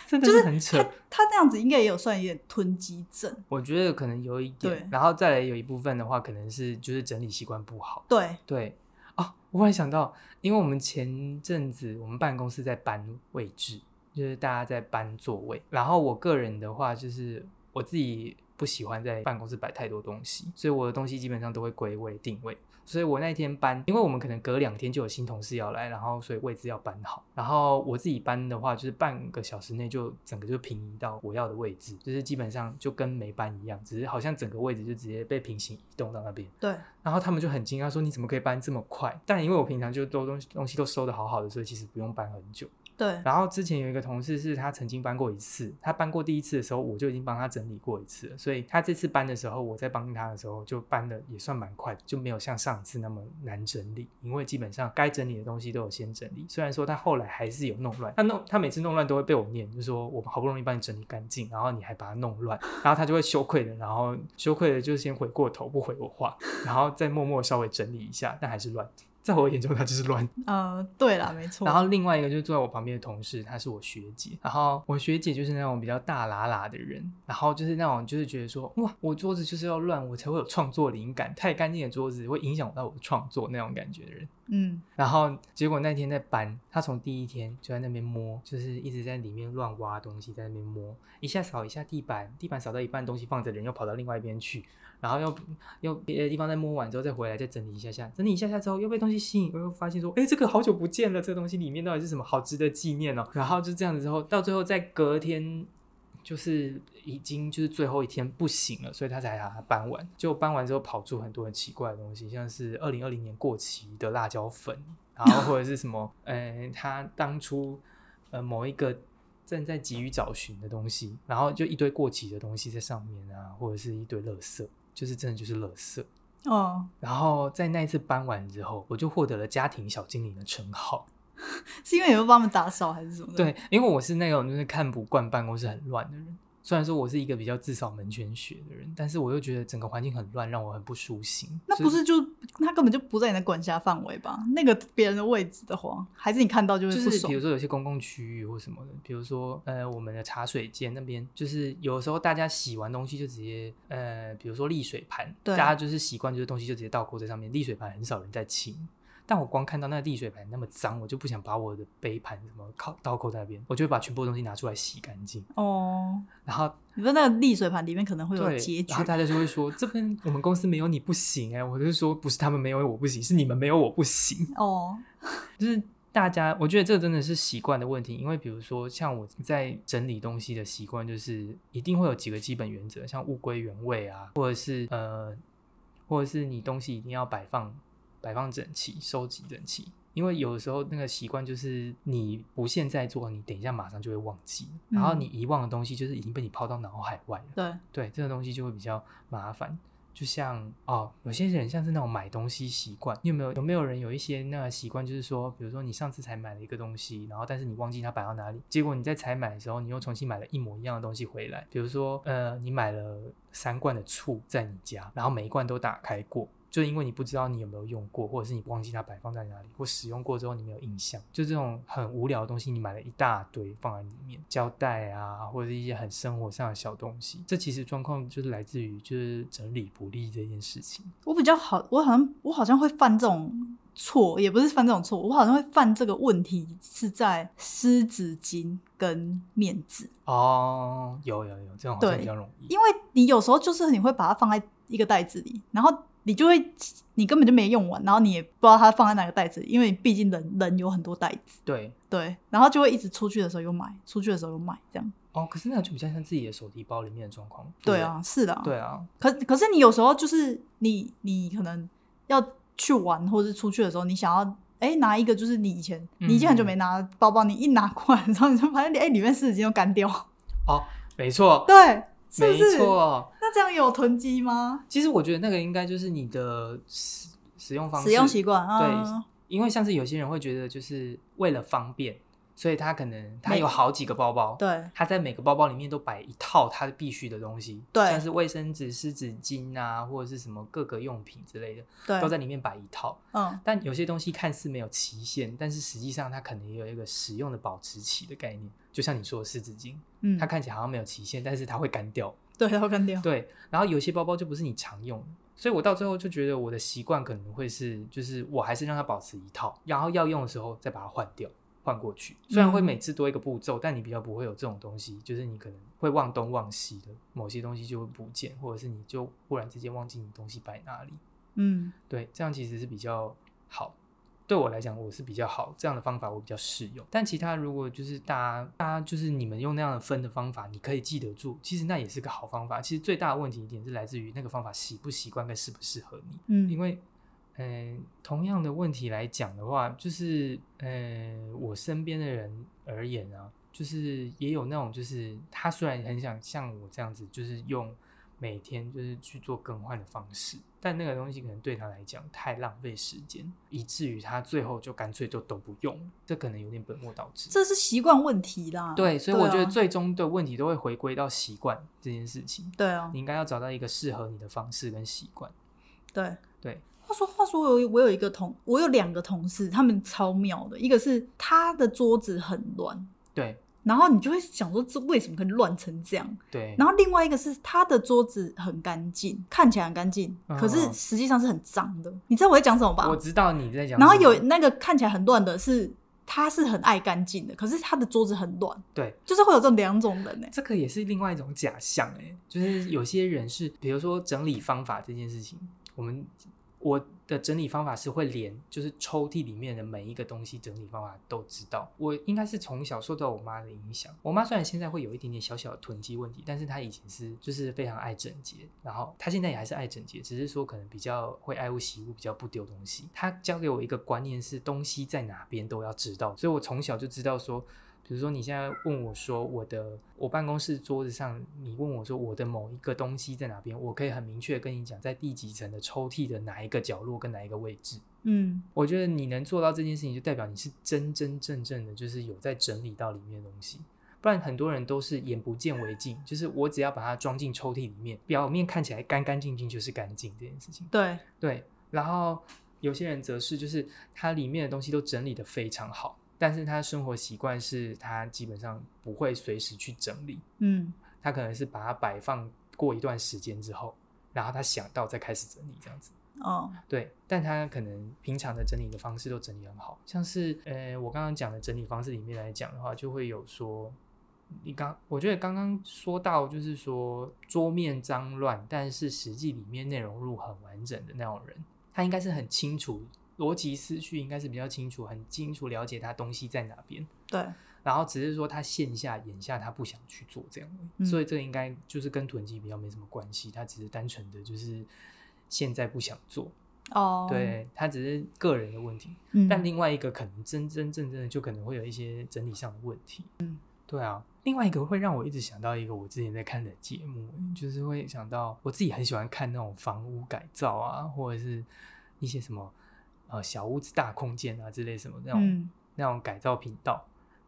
B: 真的
A: 就是是
B: 很扯。
A: 他他那样子应该也有算有点囤积症，
B: 我觉得可能有一点
A: 对，
B: 然后再来有一部分的话，可能是就是整理习惯不好。
A: 对，
B: 对哦，我忽然想到，因为我们前阵子我们办公室在搬位置，就是大家在搬座位。然后我个人的话，就是我自己不喜欢在办公室摆太多东西，所以我的东西基本上都会归位定位。所以我那天搬，因为我们可能隔两天就有新同事要来，然后所以位置要搬好。然后我自己搬的话，就是半个小时内就整个就平移到我要的位置，就是基本上就跟没搬一样，只是好像整个位置就直接被平行移动到那边。
A: 对，
B: 然后他们就很惊讶说：“你怎么可以搬这么快？”但因为我平常就都东西东西都收的好好的，所以其实不用搬很久。
A: 对，
B: 然后之前有一个同事是他曾经搬过一次，他搬过第一次的时候，我就已经帮他整理过一次了，所以他这次搬的时候，我在帮他的时候就搬的也算蛮快的，就没有像上次那么难整理，因为基本上该整理的东西都有先整理。虽然说他后来还是有弄乱，他弄他每次弄乱都会被我念，就说我好不容易帮你整理干净，然后你还把它弄乱，然后他就会羞愧的，然后羞愧的就先回过头不回我话，然后再默默稍微整理一下，但还是乱。在我眼中，他就是乱
A: 呃，对啦，没错。
B: 然后另外一个就是坐在我旁边的同事，她是我学姐。然后我学姐就是那种比较大喇喇的人，然后就是那种就是觉得说，哇，我桌子就是要乱，我才会有创作灵感。太干净的桌子会影响到我的创作那种感觉的人。
A: 嗯，
B: 然后结果那天在搬，他从第一天就在那边摸，就是一直在里面乱挖东西，在那边摸，一下扫一下地板，地板扫到一半东西放着，人又跑到另外一边去，然后又又别的地方再摸完之后再回来再整理一下下，整理一下下之后又被东西吸引，又发现说，哎，这个好久不见了，这个东西里面到底是什么，好值得纪念哦。然后就这样子之后，到最后在隔天。就是已经就是最后一天不行了，所以他才把它搬完。就搬完之后跑出很多很奇怪的东西，像是二零二零年过期的辣椒粉，然后或者是什么， 呃，他当初呃某一个正在急于找寻的东西，然后就一堆过期的东西在上面啊，或者是一堆垃圾，就是真的就是垃圾。
A: 哦，
B: 然后在那一次搬完之后，我就获得了家庭小精灵的称号。
A: 是因为有没有帮他们打扫还是什么的？，
B: 对，因为我是那种就是看不惯办公室很乱的人。虽然说我是一个比较自扫门前雪的人，但是我又觉得整个环境很乱，让我很不舒心。
A: 那
B: 所以
A: 不是就他根本就不在你的管辖范围吧？那个别人的位置的话，还是你看到就会
B: 就
A: 不
B: 是
A: 爽
B: 比如？说有些公共区域或什么的，比如说呃我们的茶水间那边，就是有时候大家洗完东西就直接呃，比如说沥水盘，大
A: 对
B: 家就是习惯就是东西就直接倒扣在上面，沥水盘很少人在清。但我光看到那个沥水盘那么脏，我就不想把我的杯盘什么靠倒扣在那边，我就会把全部的东西拿出来洗干净。
A: 哦，
B: 然后
A: 你说那个沥水盘里面可能会有
B: 对，
A: 结局
B: 然后，大家就会说这边我们公司没有你不行哎、我就说不是他们没有我不行，是你们没有我不行。
A: 哦，
B: 就是大家，我觉得这真的是习惯的问题，因为比如说像我在整理东西的习惯，就是一定会有几个基本原则，像物归原位啊，或者是呃，或者是你东西一定要摆放摆放整齐、收集整齐。因为有的时候那个习惯就是你不现在做，你等一下马上就会忘记，然后
A: 嗯
B: 你遗忘的东西就是已经被你抛到脑海外了。
A: 对，
B: 对，这个东西就会比较麻烦。就像哦，有些人像是那种买东西习惯，你有没有有没有人有一些那个习惯，就是说，比如说你上次才买了一个东西，然后但是你忘记它摆到哪里，结果你在采买的时候，你又重新买了一模一样的东西回来，比如说呃，你买了三罐的醋在你家，然后每一罐都打开过。就因为你不知道你有没有用过，或者是你忘记它摆放在哪里，或使用过之后你没有印象，就这种很无聊的东西，你买了一大堆放在里面，胶带啊，或者是一些很生活上的小东西。这其实状况就是来自于就是整理不力这件事情。
A: 我比较好，我好像我好像会犯这种错，也不是犯这种错，我好像会犯这个问题是在湿纸巾跟面纸，
B: 哦，有有有，这种好像
A: 对
B: 比较容易。
A: 因为你有时候就是你会把它放在一个袋子里，然后你就会你根本就没用完，然后你也不知道它放在哪个袋子里，因为毕竟人人有很多袋子，
B: 对
A: 对，然后就会一直出去的时候又买，出去的时候又买，这样，
B: 哦，可是那个就比较像自己的手提包里面的状况。
A: 对啊，是的啊，
B: 不对，对啊，
A: 可可是你有时候就是你你可能要去玩或者是出去的时候，你想要哎、诶拿一个就是你以前
B: 嗯
A: 你已经很久没拿包包，你一拿过来的时候，你就发现哎、诶里面湿纸巾都干掉，
B: 没错，
A: 对，是不
B: 没
A: 是？
B: 错。
A: 那这样有囤积吗？
B: 其实我觉得那个应该就是你的使使用方式、
A: 使用习惯啊，
B: 对因为像是有些人会觉得，就是为了方便，所以他可能他
A: 每
B: 有好几个包包，
A: 对
B: 他在每个包包里面都摆一套他必须的东西，
A: 对
B: 像是卫生纸、湿纸巾啊，或者是什么各个用品之类的，
A: 对
B: 都在里面摆一套。
A: 嗯，
B: 但有些东西看似没有期限，但是实际上它可能也有一个使用的保质期的概念，就像你说的湿纸巾，
A: 嗯，
B: 它看起来好像没有期限，但是它会干掉。
A: 对，啊它会干掉，
B: 对，然后有些包包就不是你常用的，所以我到最后就觉得我的习惯可能会是，就是我还是让它保持一套，然后要用的时候再把它换掉，换过去。虽然会每次多一个步骤，但你比较不会有这种东西，就是你可能会忘东忘西的，某些东西就会不见，或者是你就忽然之间忘记你东西摆哪里。
A: 嗯，
B: 对，这样其实是比较好。对我来讲，我是比较好这样的方法，我比较适用。但其他如果就是大家，大家就是你们用那样的分的方法，你可以记得住，其实那也是个好方法。其实最大的问题一点是来自于那个方法习不习惯跟适不适合你。
A: 嗯，
B: 因为，嗯、同样的问题来讲的话，就是，嗯、我身边的人而言啊，就是也有那种，就是他虽然很想像我这样子，就是用每天就是去做更换的方式，但那个东西可能对他来讲太浪费时间，以至于他最后就干脆就都不用了，这可能有点本末倒置。
A: 这是习惯问题啦，
B: 对，所以我觉得
A: 啊
B: 最终的问题都会回归到习惯这件事情。
A: 对啊
B: 你，应该要找到一个适合你的方式跟习惯。
A: 对。
B: 对，
A: 话说，话说我有我有一个同，我有两个同事，他们超妙的，一个是他的桌子很乱，
B: 对，
A: 然后你就会想说，这为什么会乱成这样？
B: 对。
A: 然后另外一个是他的桌子很干净，看起来很干净，
B: 嗯
A: 可是实际上是很脏的。你知道我在讲什么吧
B: 我？知道你在讲什
A: 然
B: 么。
A: 后有那个看起来很乱的是，他是很爱干净的，可是他的桌子很乱，
B: 对，
A: 就是会有这两种人欸呢、
B: 这个也是另外一种假象哎、就是有些人是，比如说整理方法这件事情，我们我的整理方法是会连就是抽屉里面的每一个东西整理方法都知道。我应该是从小受到我妈的影响，我妈虽然现在会有一点点小小的囤积问题，但是她以前是就是非常爱整洁，然后她现在也还是爱整洁，只是说可能比较会爱物惜物，比较不丢东西。她教给我一个观念是东西在哪边都要知道，所以我从小就知道说比如说你现在问我说我的我办公室桌子上，你问我说我的某一个东西在哪边，我可以很明确地跟你讲在第几层的抽屉的哪一个角落跟哪一个位置。
A: 嗯，
B: 我觉得你能做到这件事情，就代表你是真真正正的，就是有在整理到里面的东西。不然很多人都是眼不见为净，就是我只要把它装进抽屉里面，表面看起来干干净净就是干净这件事情。
A: 对，
B: 对，然后有些人则是就是他里面的东西都整理的非常好，但是他生活习惯是他基本上不会随时去整理，
A: 嗯，
B: 他可能是把它摆放过一段时间之后，然后他想到再开始整理这样子。
A: 哦，
B: 对，但他可能平常的整理的方式都整理很好，像是呃，我刚刚讲的整理方式里面来讲的话，就会有说，你刚我觉得刚刚说到就是说桌面脏乱，但是实际里面内容物很完整的那种人，他应该是很清楚逻辑思绪，应该是比较清楚，很清楚了解他东西在哪边，
A: 对，
B: 然后只是说他线下眼下他不想去做这样而已，
A: 嗯
B: 所以这应该就是跟囤积比较没什么关系，他只是单纯的就是现在不想做，
A: 哦，，
B: 对他只是个人的问题，
A: 嗯，
B: 但另外一个可能真真正正的就可能会有一些整体上的问题。嗯，对啊。另外一个会让我一直想到一个我之前在看的节目，就是会想到我自己很喜欢看那种房屋改造啊，或者是一些什么呃小屋子大空间啊之类什么那种、
A: 嗯
B: 那种改造频道，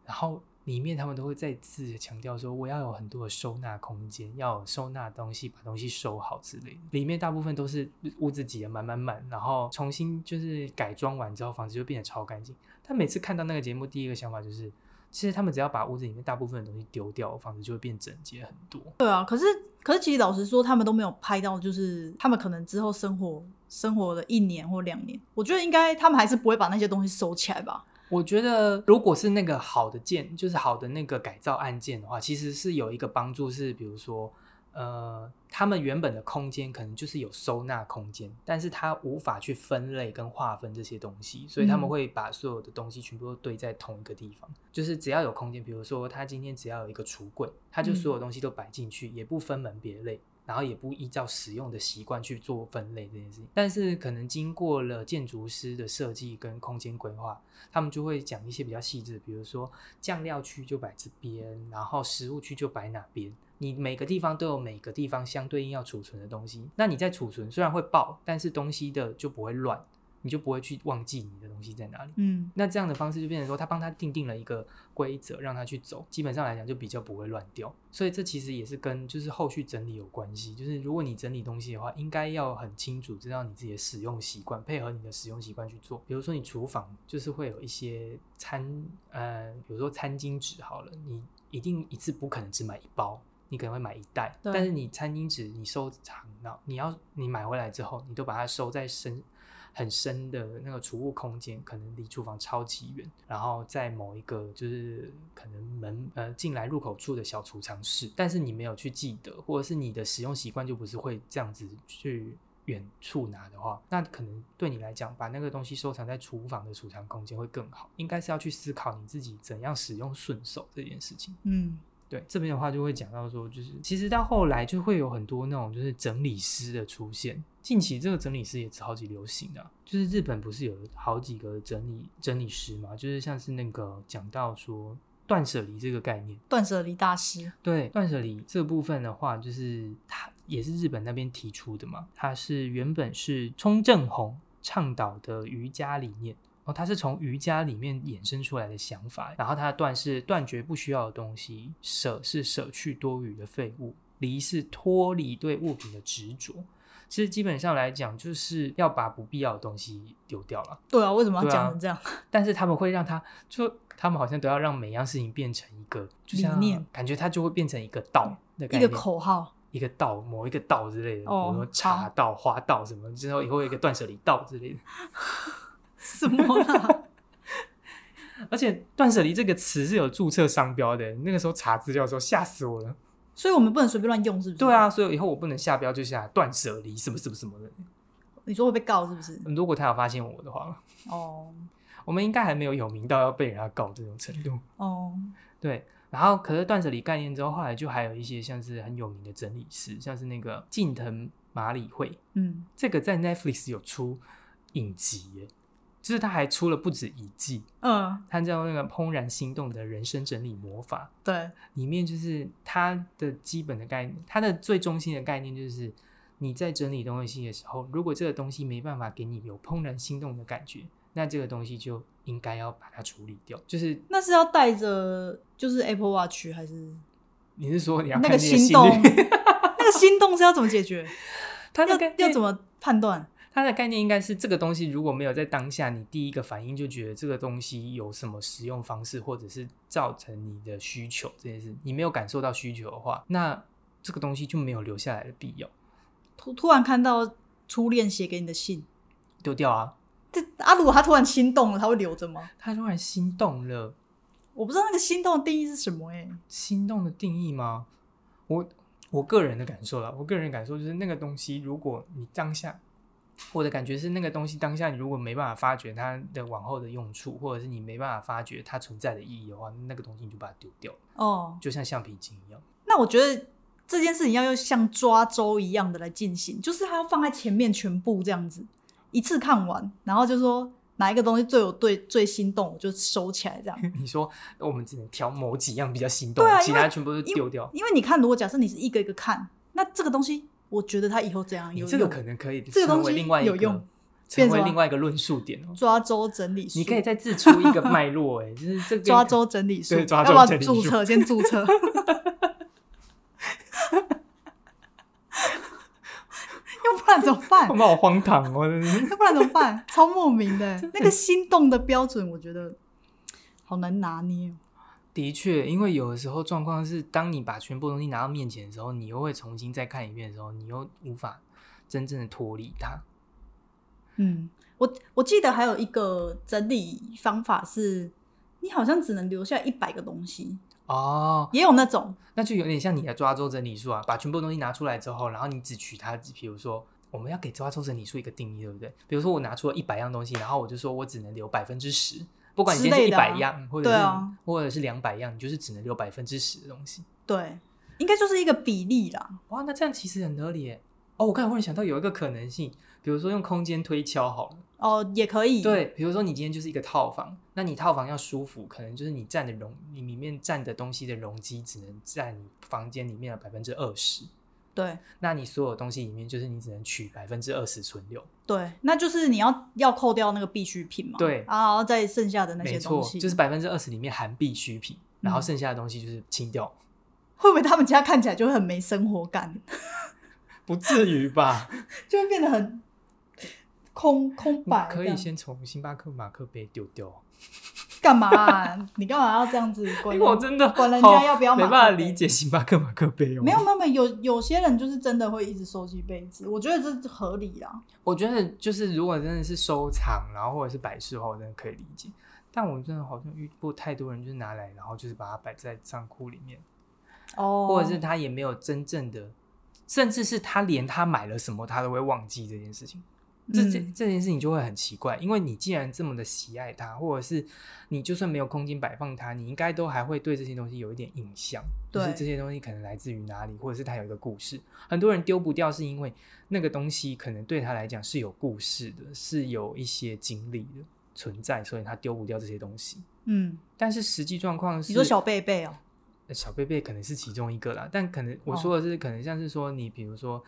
B: 然后里面他们都会再次地强调说，我要有很多的收纳空间，要有收纳东西，把东西收好之类的。里面大部分都是屋子挤得满满满，然后重新就是改装完之后，房子就变得超干净。但每次看到那个节目，第一个想法就是，其实他们只要把屋子里面大部分的东西丢掉，房子就会变整洁很多。
A: 对啊，可是可是其实老实说，他们都没有拍到，就是他们可能之后生活生活了一年或两年，我觉得应该他们还是不会把那些东西收起来吧。
B: 我觉得，如果是那个好的件，就是好的那个改造案件的话，其实是有一个帮助，是比如说，呃，他们原本的空间可能就是有收纳空间，但是他无法去分类跟划分这些东西，所以他
A: 嗯
B: 们会把所有的东西全部都堆在同一个地方。就是只要有空间，比如说他今天只要有一个橱柜，他就
A: 嗯
B: 所有东西都摆进去，也不分门别类。然后也不依照使用的习惯去做分类这件事情，但是可能经过了建筑师的设计跟空间规划，他们就会讲一些比较细致，比如说酱料区就摆这边，然后食物区就摆哪边。你每个地方都有每个地方相对应要储存的东西，那你在储存虽然会爆，但是东西的就不会乱，你就不会去忘记你的东西在哪里。
A: 嗯，
B: 那这样的方式就变成说，他帮他定定了一个规则，让他去走，基本上来讲就比较不会乱掉。所以这其实也是跟就是后续整理有关系，就是如果你整理东西的话，应该要很清楚知道你自己的使用习惯，配合你的使用习惯去做。比如说你厨房就是会有一些餐，呃，比如说餐巾纸好了，你一定一次不可能只买一包。你可能会买一袋，
A: 对
B: 但是你餐巾纸你收藏到，你要你买回来之后，你都把它收在身很深的那个储物空间，可能离厨房超级远，然后在某一个就是可能门呃进来入口处的小储藏室，但是你没有去记得，或者是你的使用习惯就不是会这样子去。远处拿的话，那可能对你来讲，把那个东西收藏在厨房的储藏空间会更好。应该是要去思考你自己怎样使用顺手这件事情。
A: 嗯，
B: 对这边的话，就会讲到说，就是其实到后来就会有很多那种就是整理师的出现。近期这个整理师也超级流行的啊、就是日本不是有好几个整理整理师嘛？就是像是那个讲到说断舍离这个概念，
A: 断舍离大师，
B: 对断舍离这部分的话，就是它也是日本那边提出的嘛，它是原本是冲正弘倡导的瑜伽理念。哦，它是从瑜伽里面衍生出来的想法，然后它的断是断绝不需要的东西，舍是舍去多余的废物，离是脱离对物品的执着。其实基本上来讲，就是要把不必要的东西丢掉了。
A: 对啊，为什么要
B: 对啊
A: 讲成这样？
B: 但是他们会让他就他们好像都要让每样事情变成一个就
A: 理
B: 像
A: 念，嗯
B: 感觉它就会变成一个道的
A: 一
B: 概念，
A: 个口号，
B: 一个道某一个道之类的，
A: 哦
B: 比如说茶道、花道什么，之后以后有一个断舍离道之类的。
A: 什么啦？
B: 而且断舍离这个词是有注册商标的，那个时候查资料的时候吓死我了。
A: 所以我们不能随便乱用，是不是？
B: 对，啊，所以以后我不能下标就下断舍离什么什么什么的。
A: 你说会被告是不是？
B: 如果他有发现我的话，
A: 哦
B: 我们应该还没有有名到要被人家告这种程度。
A: 哦，
B: 对，然后可是断舍离概念之后，后来就还有一些像是很有名的整理师，像是那个近藤麻里惠，
A: 嗯，
B: 这个在 Netflix 有出影集耶，就是他还出了不止一季，
A: 嗯，
B: 他叫那个《怦然心动的人生整理魔法
A: 对，》，
B: 里面就是他的基本的概念，他的最中心的概念就是。你在整理东西的时候，如果这个东西没办法给你有怦然心动的感觉，那这个东西就应该要把它处理掉。就是
A: 那是要带着就是 Apple Watch 还是
B: 你是说你要
A: 那个
B: 看你的
A: 心
B: 心
A: 动？
B: 率
A: 那个心动是要怎么解 决？
B: 他的
A: 要
B: 概
A: 要
B: 念
A: 怎么判断？
B: 它的概念应该是这个东西如果没有在当下，你第一个反应就觉得这个东西有什么使用方式，或者是造成你的需求这件事，你没有感受到需求的话，那这个东西就没有留下来的必要，
A: 突突然看到初恋写给你的信，
B: 丢掉啊。
A: 这阿鲁他突然心动了，他会留着吗？
B: 他突然心动了，
A: 我不知道那个心动的定义是什么哎、
B: 心动的定义吗？我我个人的感受啦，我个人的感受就是那个东西，如果你当下，我的感觉是那个东西当下你如果没办法发掘它的往后的用处，或者是你没办法发掘它存在的意义的话，那个东西你就把它丢掉。
A: 哦，
B: 就像橡皮筋一样。
A: 那我觉得这件事情要用像抓周一样的来进行，就是它要放在前面全部这样子，一次看完，然后就说哪一个东西最有对最心动，我就收起来这样。
B: 你说哦我们只能挑某几样比较心动，
A: 对啊
B: 其
A: 因为
B: 他全部都丢掉。
A: 哦因为你看，如果假设你是一个一个看，那这个东西，我觉得它以后怎样
B: 你
A: 有
B: 这个
A: 用。
B: 可能可以
A: 这个
B: 成
A: 东
B: 为
A: 西
B: 另外一
A: 有
B: 个
A: 用
B: 成
A: 变什
B: 为
A: 么
B: 另外一个论述点哦。
A: 抓周整理术，
B: 你可以再自出一个脉络，哎，就是这个
A: 抓周整理术，
B: 对
A: 要
B: 抓
A: 不
B: 周整
A: 要
B: 理
A: 注
B: 术
A: 册？先注 册，要不然怎么办
B: 我？们好荒唐哦！真是
A: 要不然怎么 办？超莫名的，那个心动的标准，我觉得好难拿捏哦。
B: 的确，因为有的时候状况是，当你把全部东西拿到面前的时候，你又会重新再看一遍的时候，你又无法真正的脱离它。
A: 嗯，我我记得还有一个整理方法是，你好像只能留下一百个东西，
B: 哦，
A: 也有那种
B: 那就有点像你的抓周整理术啊，把全部东西拿出来之后，然后你只取它，比如说。我们要给抓周整理术一个定义，对不对？比如说我拿出了一百样东西，然后我就说我只能留百分之十，不管你今天是一
A: 之类的啊
B: 百样，或者是、
A: 对啊
B: 或者是两百样，你就是只能留百分之十的东西。
A: 对，应该就是一个比例啦。
B: 哇，那这样其实很合理耶。哦，我刚才忽然想到有一个可能性，比如说用空间推敲好了。
A: 哦，也可以。，
B: 对，比如说你今天就是一个套房，那你套房要舒服，可能就是你占的容，你里面占的东西的容积只能占你房间里面的百分之二十，
A: 对
B: 那你所有东西里面就是你只能取百分之二十存留。
A: 对，那就是你要要扣掉那个必需品嘛。
B: 对
A: 啊然后再剩下的那
B: 没
A: 些
B: 错
A: 东，西，
B: 就是百分之二十里面含必需品，然后
A: 嗯
B: 剩下的东西就是清掉。
A: 会不会他们家看起来就会很没生活感，
B: 不至于吧？
A: 就会变得很空空
B: 你
A: 白这
B: 可
A: 样？
B: 以先从星巴克马克杯丢掉啊。
A: 干嘛啊、你干嘛要这样子关
B: 因为
A: 注？
B: 哎我真的
A: 管人
B: 好
A: 家要不要
B: 没
A: 马
B: 办法
A: 克杯
B: 理解星巴克马克杯哦。
A: 没有没有没有，有有些人就是真的会一直收集杯子，我觉得这是合理啦。
B: 我觉得就是如果真的是收藏，然后或者是摆饰的话，我真的可以理解。但我真的好像遇过太多人，就是拿来，然后就是把它摆在仓库里面，
A: 哦，
B: 或者是他也没有真正的，甚至是他连他买了什么，他都会忘记这件事情。这件、
A: 嗯
B: 这件事情就会很奇怪，因为你既然这么的喜爱它，或者是你就算没有空间摆放它，你应该都还会对这些东西有一点印象，就是
A: 对
B: 这些东西可能来自于哪里，或者是它有一个故事。很多人丢不掉，是因为那个东西可能对他来讲是有故事的，是有一些经历的存在，所以他丢不掉这些东西。
A: 嗯，
B: 但是实际状况是，
A: 你说小贝贝哦，
B: 呃小贝贝可能是其中一个啦，但可能我
A: 哦
B: 说的是，可能像是说你比如说，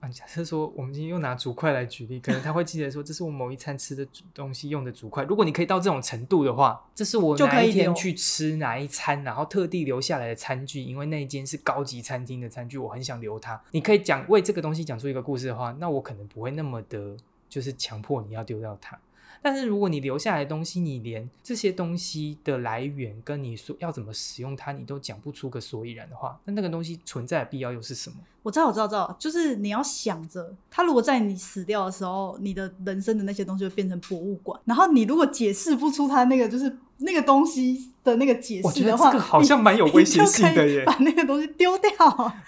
B: 啊，假设说我们今天又拿竹筷来举例，可能他会记得说这是我某一餐吃的竹东西用的竹筷。如果你可以到这种程度的话，这是我
A: 就
B: 哪
A: 可以
B: 一天
A: 留
B: 去吃哪一餐，然后特地留下来的餐具，因为那一间是高级餐厅的餐具，我很想留它。你可以讲为这个东西讲出一个故事的话，那我可能不会那么的，就是强迫你要丢掉它。但是如果你留下来的东西，你连这些东西的来源跟你说要怎么使用它，你都讲不出个所以然的话，那那个东西存在的必要又是什么？
A: 我知道我知道知道，就是你要想着，他如果在你死掉的时候，你的人生的那些东西会变成博物馆，然后你如果解释不出他那个就是那个东西的那个解
B: 我
A: 释
B: 觉得
A: 的话，
B: 这个好像蛮有
A: 你
B: 威胁性
A: 你就
B: 的
A: 可以
B: 耶，
A: 把那个东西丢掉。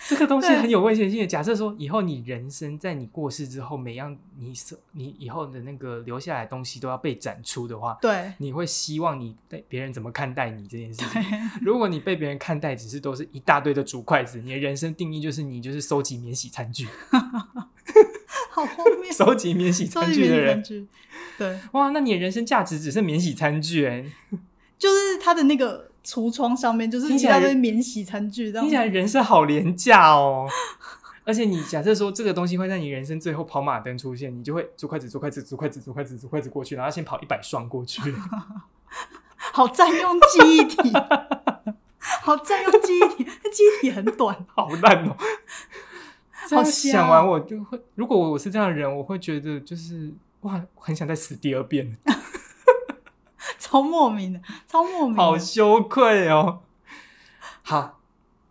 B: 这个东西
A: 对
B: 很有威胁性的。假设说以后你人生在你过世之后，每样你所你以后的那个留下来的东西都要被展出的话，
A: 对，
B: 你会希望你被别人怎么看待你这件事情？ 如果你被别人看待只是都是一大堆的竹筷子，你的人生定义就是你就是收集免洗 餐具，
A: 好后面
B: 收集免洗
A: 收
B: 餐
A: 集
B: 具的
A: 免洗
B: 人
A: 餐。具，对，
B: 哇，那你的人生价值只剩免洗餐具哎、
A: 就是他的那个橱窗上面就是
B: 听
A: 一
B: 起来
A: 大堆免洗餐具，这样
B: 听起来人生好廉价哦。而且你假设说这个东西会在你人生最后跑马灯出现，你就会竹筷子、竹筷子、竹筷子、竹筷子、竹筷子过去，然后先跑一百双过去。
A: 好占用记忆体， 好占用记忆体，记忆体很短。
B: 好烂哦！这样
A: 好香
B: 想完，我就会，如果我是这样的人，我会觉得就是哇，我很想再死第二遍，
A: 超莫名的，超莫名的。
B: 好羞愧哦。好，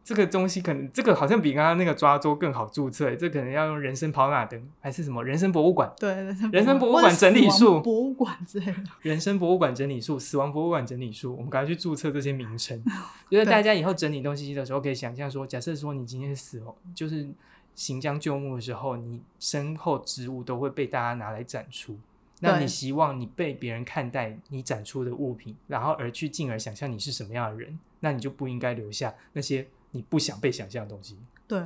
B: 这个东西可能这个好像比刚刚那个抓周更好注册，这可能要用人生跑马灯，还是什么人生博物馆、
A: 对，人
B: 人生博物
A: 或者
B: 馆整理
A: 死亡
B: 术
A: 博物馆之类的。
B: 人生博物馆整理术、死亡博物馆整理术，我们赶快去注册这些 名称。就是
A: 对
B: 大家以后整理东西的时候，可以想象说，假设说你今天死后，就是行将就木的时候，你身后之物都会被大家拿来展出。那
A: 对
B: 你希望你被别人看待你展出的物品，然后而去进而想象你是什么样的人，那你就不应该留下那些你不想被想象的东西，
A: 对，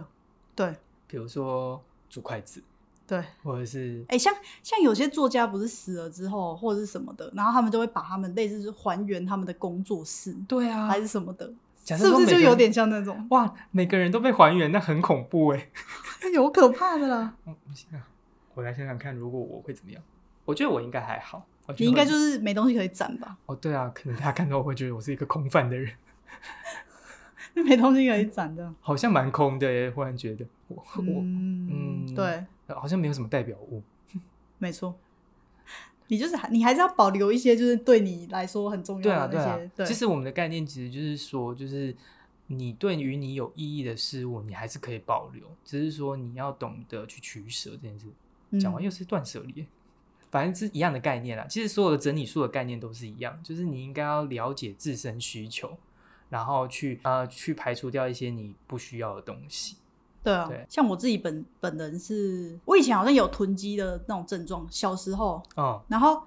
A: 对，
B: 比如说竹筷子，
A: 对，
B: 或者是
A: 哎、像像有些作家不是死了之后或者是什么的，然后他们都会把他们类似是还原他们的工作室、
B: 对啊
A: 还，是什么的，
B: 假设
A: 是不
B: 说
A: 是
B: 每
A: 就
B: 个人
A: 有点像那 种，
B: 哇？每个人都被还原，那很恐怖哎、
A: 有可怕的啦。
B: 嗯不行啊，我来想想看，如果我会怎么样？我觉得我应该还好。我觉得
A: 你应该
B: 我
A: 就是没东西可以展吧？
B: 哦，对啊，可能大家看到我会觉得我是一个空泛的人，
A: 没东西可以展的。
B: 好像蛮空的耶。忽然觉得我我、
A: 嗯
B: 嗯
A: 对，
B: 好像没有什么代表物。
A: 没错。你就是还你还是要保留一些，就是对你来说很重
B: 对
A: 要
B: 啊，
A: 的那
B: 对
A: 些。
B: 啊。其实我们的概念其实就是说，就是你对于你有意义的事物，你还是可以保留，只是说你要懂得去取舍这件事。讲完
A: 嗯、
B: 又是断舍离，反正是一样的概念啦。其实所有的整理术的概念都是一样，就是你应该要了解自身需求，然后去呃去排除掉一些你不需要的东西。
A: 对啊，
B: 对
A: 像我自己本本人是，我以前好像有囤积的那种症状，小时候，
B: 嗯，
A: 然后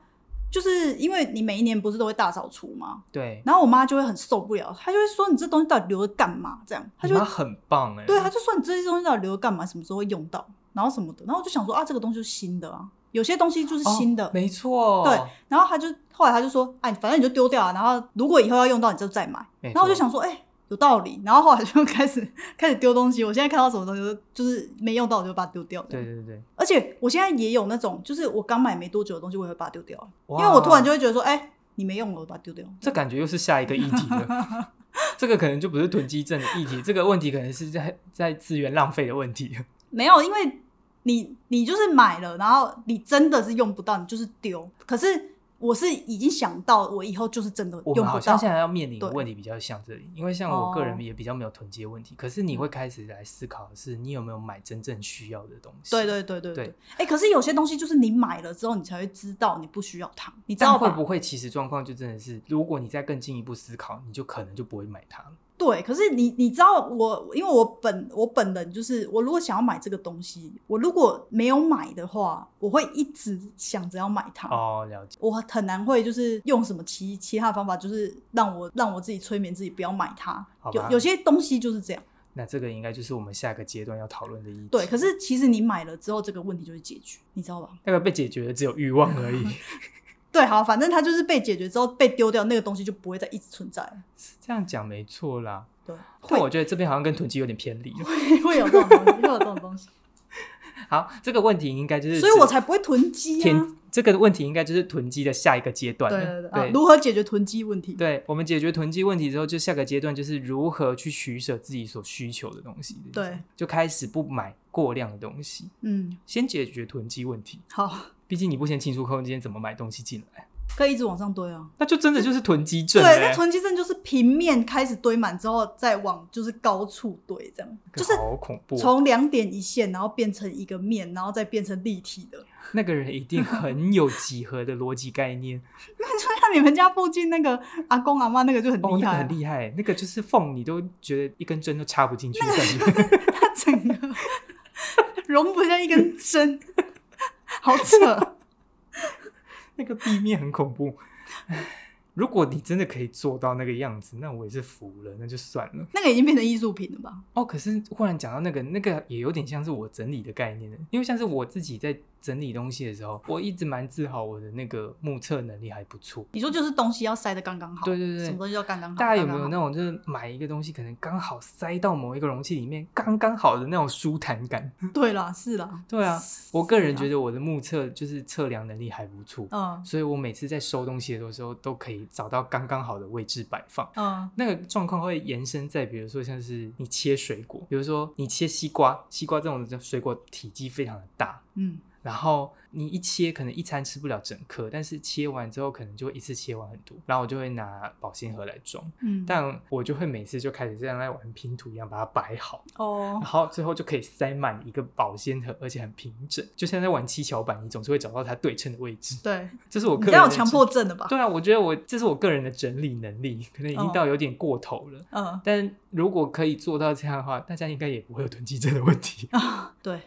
A: 就是因为你每一年不是都会大扫除嘛，
B: 对，
A: 然后我妈就会很受不了，她就会说你这东西到底留着干嘛？这样，她就
B: 你
A: 会
B: 妈很棒哎、
A: 对，啊她就说你这些东西到底留着干嘛？什么时候会用到？然后什么的，然后我就想说啊，这个东西就是新的啊，有些东西就是
B: 哦
A: 新的，
B: 没错，
A: 对，然后他就后来他就说，哎，反正你就丢掉啊，然后如果以后要用到你就再买。
B: 没
A: 然后我就
B: 错
A: 想说，哎、有道理。然后后来就 开始开始丢东西，我现在看到什么东西就就是没用到我就把它丢掉。
B: 对，对对，
A: 而且我现在也有那种，就是我刚买没多久的东西，我也会把它丢掉，因
B: 因
A: 为我突然就会觉得说，哎、你没用了，我把它丢掉。
B: 这感觉又是下一个议题了。 这个可能就不是囤积症的议题，这个问题可能是在在资源浪费的问题。
A: 没有，因为你你就是买了，然后你真的是用不到，你就是丢。可是我是已经想到，我以后就是真的
B: 我
A: 用
B: 们
A: 不
B: 好像
A: 到。
B: 现在要面临的
A: 对
B: 问题比较像这里，因为像我个人
A: 哦嗯
B: 也比较没有囤积的问题，可是你会开始来思考的是你有没有买真正需要的东西。
A: 对，对对对对
B: 对，
A: 哎、可是有些东西就是你买了之后，你才会知道你不需要它，你知道
B: 但会
A: 吧？
B: 不会其实状况就真的是，如果你再更进一步思考，你就可能就不会买它了。
A: 对，可是你你知道我，因为我本我本人就是我，如果想要买这个东西，我如果没有买的话，我会一直想着要买它。
B: 哦，了解。
A: 我很难会就是用什么其其他方法，就是让我让我自己催眠自己不要买它
B: 好。吧
A: 有有些东西就是这样，
B: 那这个应该就是我们下个阶段要讨论的议题。
A: 对。可是其实你买了之后，这个问题就会解决，你知道吧？
B: 那个被解决的只有欲望 而已，
A: 对，好，反正它就是被解决之后被丢掉，那个东西就不会再一直存在了。
B: 是这样讲没错啦。
A: 对，
B: 但我觉得这边好像跟囤积有点偏离了。
A: 会有这种东西，会有这种东西，
B: 好，这个问题应该 就是指，
A: 所以我才不会囤积啊。
B: 囤这个问题应该就是囤积的下一个阶段
A: 对
B: 了。
A: 对对，啊，如何解决囤积问题？
B: 对我们解决囤积问题之后，就下个阶段就是如何去取舍自己所需求的东西。
A: 对，
B: 就开始不买过量的东西，
A: 嗯，
B: 先解决囤积问题。
A: 好，
B: 毕竟你不先清出空间，怎么买东西进来？
A: 可以一直往上堆啊。
B: 那就真的就是囤积症、
A: 对，
B: 欸。
A: 那囤积症就是平面开始堆满之后，再往就是高处堆，这样
B: 这
A: 就
B: 个
A: 是
B: 好恐怖哦。
A: 从两点一线，然后变成一个面，然后再变成立体的。
B: 那个人一定很有几何的逻辑概念，
A: 那就像你们家附近那个阿公阿妈那个 就很
B: 哦，
A: 厉
B: 那个
A: 害、
B: 很
A: 啊，
B: 厉害，那个就是缝你都觉得一根针都插不进去的感觉。
A: 他整个 容不下一根针，好 扯。
B: 那个地面很恐怖。如果你真的可以做到那个样子，那我也是服了，那就算了。
A: 那个已经变成艺术品了吧？
B: 哦，可是忽然讲到那个，那个也有点像是我整理的概念，因为像是我自己在整理东西的时候，我一直蛮自豪我的那个目测能力还不错。
A: 你说就是东西要塞的刚刚好，
B: 对对对
A: 什么东西叫刚刚好？
B: 大家有没有
A: 刚
B: 那
A: 哦刚好
B: 种就是买一个东西，可能刚好塞到某一个容器里面，刚刚好的那种舒坦感？
A: 对啦，是啦，
B: 对啊，我个人觉
A: 得，
B: 得我的目测就是测量能力还不错，
A: 嗯
B: 所以我每次在收东西的时候都可以找到刚刚好的位置摆放。
A: 嗯，
B: 那个状况会延伸在，比如说像是你切水果，比如说你切西瓜，西瓜这种水果体积非常的大，
A: 嗯，
B: 然后你一切可能一餐吃不了整颗，但是切完之后可能就会一次切完很多，然后我就会拿保鲜盒来装，
A: 嗯，
B: 但我就会每次就开始这样在玩拼图一样把它摆好，
A: 哦
B: 然，后最后就可以塞满一个保鲜盒，而且很平整，就像在玩七巧板，你总是会找到它对称的位置。
A: 对，
B: 这是我
A: 嗯你
B: 个
A: 这
B: 人
A: 样有
B: 的
A: 强
B: 整
A: 迫症了吧？
B: 对啊，我觉得我这是我个人的整理能力，可能已经
A: 哦
B: 到有点过头了。
A: 嗯。
B: 但如果可以做到这样的话，大家应该也不会有囤积症的问题
A: 啊，对，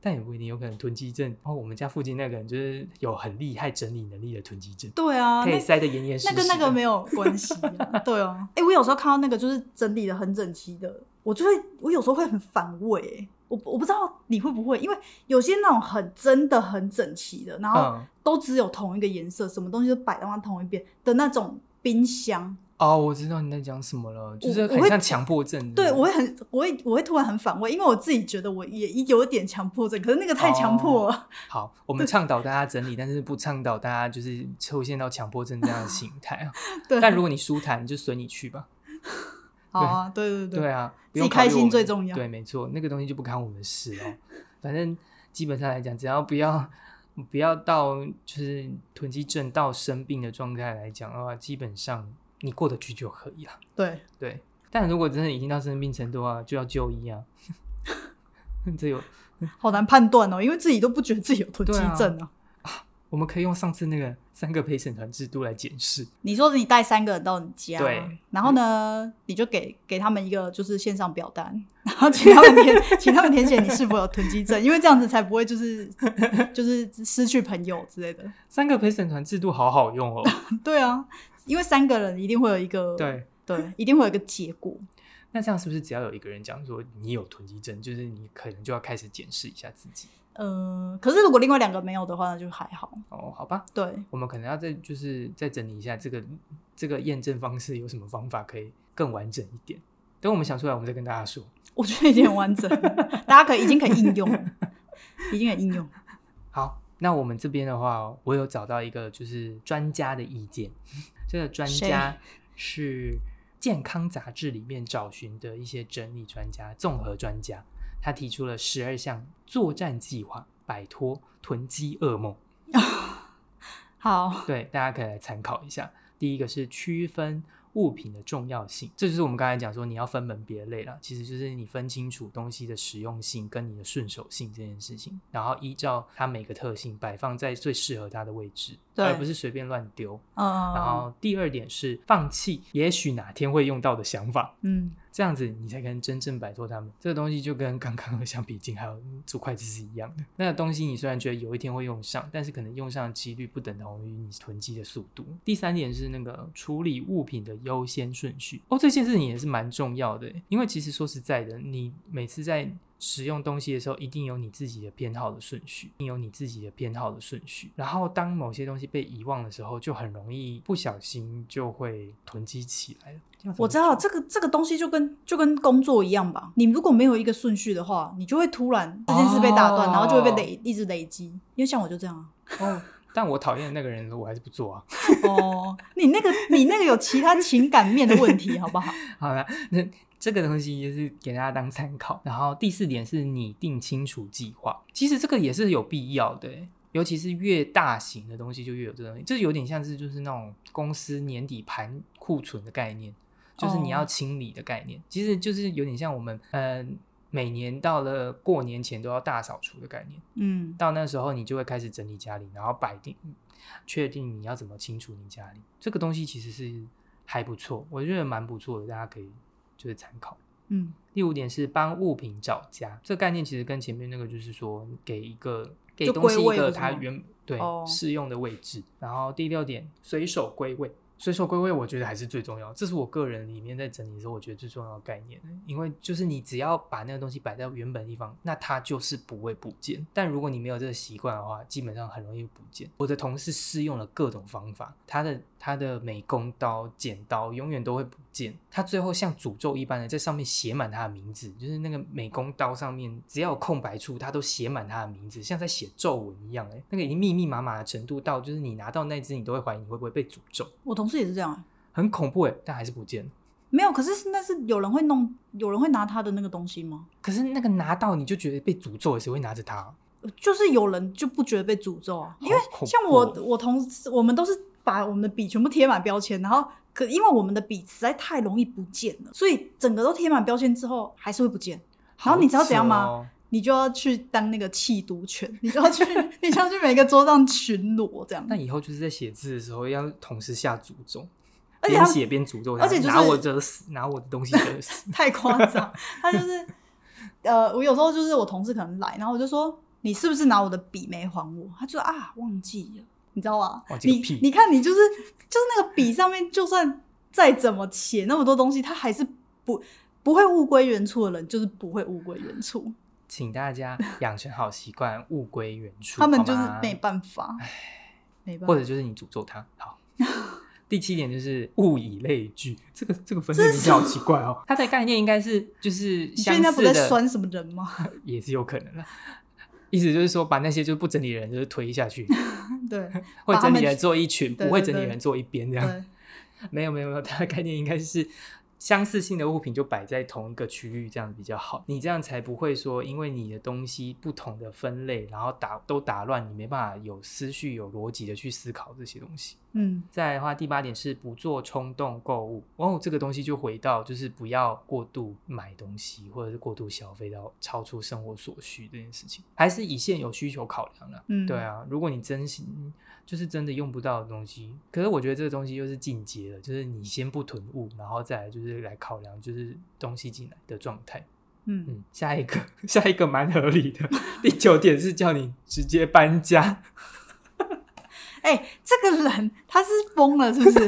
B: 但也不一定，有可能囤积症。然后我们家附近那个人就是有很厉害整理能力的囤积症，
A: 对啊，
B: 可以
A: 那
B: 塞得严严实
A: 那
B: 实的。
A: 跟那个没有关系、啊，对哦、哎、我有时候看到那个就是整理的很整齐的，我我就会，我有时候会很反胃、欸，我我不知道你会不会，因为有些那种很真的很整齐的，然后
B: 嗯，
A: 都只有同一个颜色，什么东西都摆到它同一边的那种冰箱，
B: 哦，我知道你在讲什么了，就是
A: 我
B: 很
A: 会
B: 像强迫症。
A: 对
B: 不
A: 我会很，我会我会突然很反胃，因为我自己觉得我也有点强迫症，可是那个太强
B: 哦
A: 迫了，
B: 好，我们倡导大家整理，但是不倡导大家就是出现到强迫症这样的形态啊。
A: 对，
B: 但如果你舒坦，就随你去吧。
A: 好啊，对对
B: 对啊，
A: 自
B: 不
A: 己
B: 用
A: 开
B: 考虑
A: 心
B: 我们
A: 最重要
B: 对，没错，那个东西就不干我们的事哦。反正基本上来讲，只要不要不要到就是囤积症到生病的状态来讲的话，基本上你过得去就可以了。
A: 对
B: 对，但如果真的已经到生病程度啊，就要就医啊。 这有，
A: 好难判断哦，因为自己都不觉得自己有囤积
B: 对啊
A: 症啊。
B: 我们可以用上次那个三个陪审团制度来检视。
A: 你说你带三个人到你家，
B: 对，嗯
A: 然后呢，你就给给他们一个就是线上表单，然后请他们填，请他们填写你是否有囤积症，因为这样子才不会就是就是失去朋友之类的。
B: 三个陪审团制度好好用哦。
A: 对啊，因为三个人一定会有一个
B: 对，
A: 对，一定会有一个结果。
B: 那这样是不是只要有一个人讲说你有囤积症，就是你可能就要开始检视一下自己？
A: 呃，可是如果另外两个没有的话，那就还好。
B: 哦，好吧，
A: 对，
B: 我们可能要再就是再整理一下这个这个验证方式有什么方法可以更完整一点。等我们想出来，我们再跟大家说。
A: 我觉得已经很完整了，大家可以已经可以应 用了，已经可以应用了。
B: 好，那我们这边的话，我有找到一个就是专家的意见，这个专家是健康杂志里面找寻的一些整理专家、综合专家，他提出了十二项作战计划，摆脱囤积噩梦。
A: 好，
B: 对，大家可以来参考一下。第一个是区分物品的重要性，这就是我们刚才讲说你要分门别类了，其实就是你分清楚东西的实用性跟你的顺手性这件事情，然后依照它每个特性摆放在最适合它的位置，
A: 对
B: 而不是随便乱丢。然
A: 呃，
B: 后第二点是放弃，也许哪天会用到的想法。
A: 嗯，
B: 这样子你才能真正摆脱它们。这个东西就跟刚刚的橡皮筋还有竹筷子是一样的。那个东西你虽然觉得有一天会用上，但是可能用上的几率不等同于你囤积的速度。第三点是那个处理物品的优先顺序。哦，这件事情也是蛮重要的，欸因为其实说实在的，你每次在使用东西的时候，一定有你自己的偏好的顺序，一定有你自己的偏好的顺序。然后当某些东西被遗忘的时候，就很容易不小心就会囤积起来了。要怎
A: 我
B: 么
A: 知道
B: 说
A: 这个这个东西就跟就跟工作一样吧，你如果没有一个顺序的话，你就会突然这件事被打断，
B: 哦
A: 然后就会被累一直累积。因为像我就这样啊。
B: 哦，但我讨厌的那个人，我还是不做啊。
A: 哦，你那个你那个有其他情感面的问题，好不 好？
B: 好了，那这个东西就是给大家当参考。然后第四点是拟定清楚计划，其实这个也是有必要的欸，尤其是越大型的东西就越有这东西，这有点像是就是那种公司年底盘库存的概念，就是你要
A: 哦
B: 清理的概念，其实就是有点像我们呃每年到了过年前都要大扫除的概念。
A: 嗯，
B: 到那时候你就会开始整理家里，然后摆定，确定你要怎么清除你家里。这个东西其实是还不错，我觉得蛮不错的，大家可以就是参考。
A: 嗯，
B: 第五点是帮物品找家，这个概念其实跟前面那个就是说给一个给
A: 就
B: 东西
A: 归
B: 一
A: 位
B: 个
A: 不是
B: 它
A: 吗
B: 原对
A: 哦
B: 适用的位置。然后第六点随手归位。随手归位，我觉得还是最重要。这是我个人里面在整理的时候，我觉得最重要的概念。因为就是你只要把那个东西摆在原本的地方，那它就是不会不见。但如果你没有这个习惯的话，基本上很容易不见。我的同事试用了各种方法，他的他的美工刀、剪刀永远都会不见。他最后像诅咒一般的在上面写满他的名字，就是那个美工刀上面只要有空白处，他都写满他的名字，像在写咒文一样。哎，那个已经密密麻麻的程度到，就是你拿到那只，你都会怀疑你会不会被诅咒。
A: 我同事也是这样、欸。
B: 很恐怖哎，但还是不见了。
A: 没有，可是那是有人会弄，有人会拿他的那个东西吗？
B: 可是那个拿到你就觉得被诅咒了，谁会拿着它啊？
A: 就是有人就不觉得被诅咒啊，因为
B: 好恐怖
A: 像我
B: 哦
A: 我同事，我们都是把我们的笔全部贴满标签，然后可因为我们的笔实在太容易不见了，所以整个都贴满标签之后还是会不见。然后你知道怎样吗
B: 好扯哦？
A: 你就要去当那个弃毒犬，你就要去， 你就要去每个桌上巡逻这样。
B: 那以后就是在写字的时候要同时下诅咒，
A: 而且
B: 边
A: 他
B: 写边诅咒他，
A: 而且就是。
B: 拿我的死，拿我的东西得死
A: 太夸张， 他就是呃，我有时候就是我同事可能来，然后我就说你是不是拿我的笔没还我？他就说啊忘记了，你知道吗
B: 忘？记个
A: 你
B: 屁
A: 你看你就是就是那个笔上面就算再怎么写那么多东西，他还是不。不会物归原处的人就是不会物归原处，
B: 请 大家养成好习惯，物归原处。
A: 他们
B: 好
A: 就是
B: 吗
A: 没办法，没办
B: 或
A: 法。
B: 者就是你诅咒他。 好，第七点就是物以类聚，这个这个分
A: 这
B: 类
A: 是
B: 名字好奇怪哦。它的概念应该是就是
A: 你确
B: 相
A: 定他不
B: 似
A: 在
B: 的，
A: 酸什么人吗？
B: 也是有可能的。意思就是说，把那些就是不整理的人就是推下去，
A: 对把
B: 会
A: 他
B: 整理
A: 们
B: 人坐一群，
A: 对
B: 不会
A: 对
B: 整理
A: 对
B: 人坐一边这样。
A: 对，
B: 没有没有没有，它的概念应该是相似性的物品就摆在同一个区域，这样比较好。你这样才不会说，因为你的东西不同的分类，然后打都打乱，你没办法有思绪、有逻辑的去思考这些东西。
A: 嗯，
B: 再来的话，第八点是不做冲动购物。哦，这个东西就回到就是不要过度买东西，或者是过度消费到超出生活所需这件事情，还是以现有需求考量了、
A: 嗯
B: 对啊，如果你真心就是真的用不到的东西，可是我觉得这个东西又是进阶了，就是你先不囤物，然后再来就是来考量就是东西进来的状态。
A: 嗯，
B: 嗯，下一个下一个蛮合理的。第九点是叫你直接搬家。
A: 哎、这个人他是疯了是不是？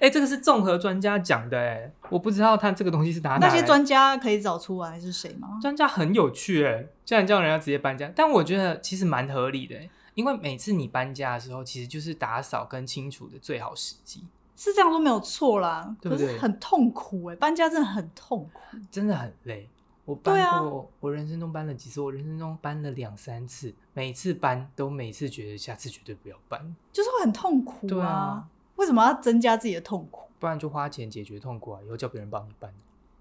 B: 哎、这个是综合专家讲的哎、我不知道他这个东西是哪哪
A: 那
B: 来
A: 些专家可以找出来是谁吗？
B: 专家很有趣哎、竟然叫人家直接搬家，但我觉得其实蛮合理的、欸，因为每次你搬家的时候，其实就是打扫跟清除的最好时机，
A: 是这样说没有错啦，
B: 对不对
A: 可是很痛苦哎、搬家真的很痛苦。
B: 真的很累。我
A: 对
B: 搬
A: 啊
B: 过，我人生中搬了几次，我人生中搬了两三次，每次搬都每次觉得下次绝对不要搬，
A: 就是会很痛苦
B: 对啊
A: 为什么要增加自己的痛苦？
B: 不然就花钱解决痛苦啊，以后叫别人帮你搬，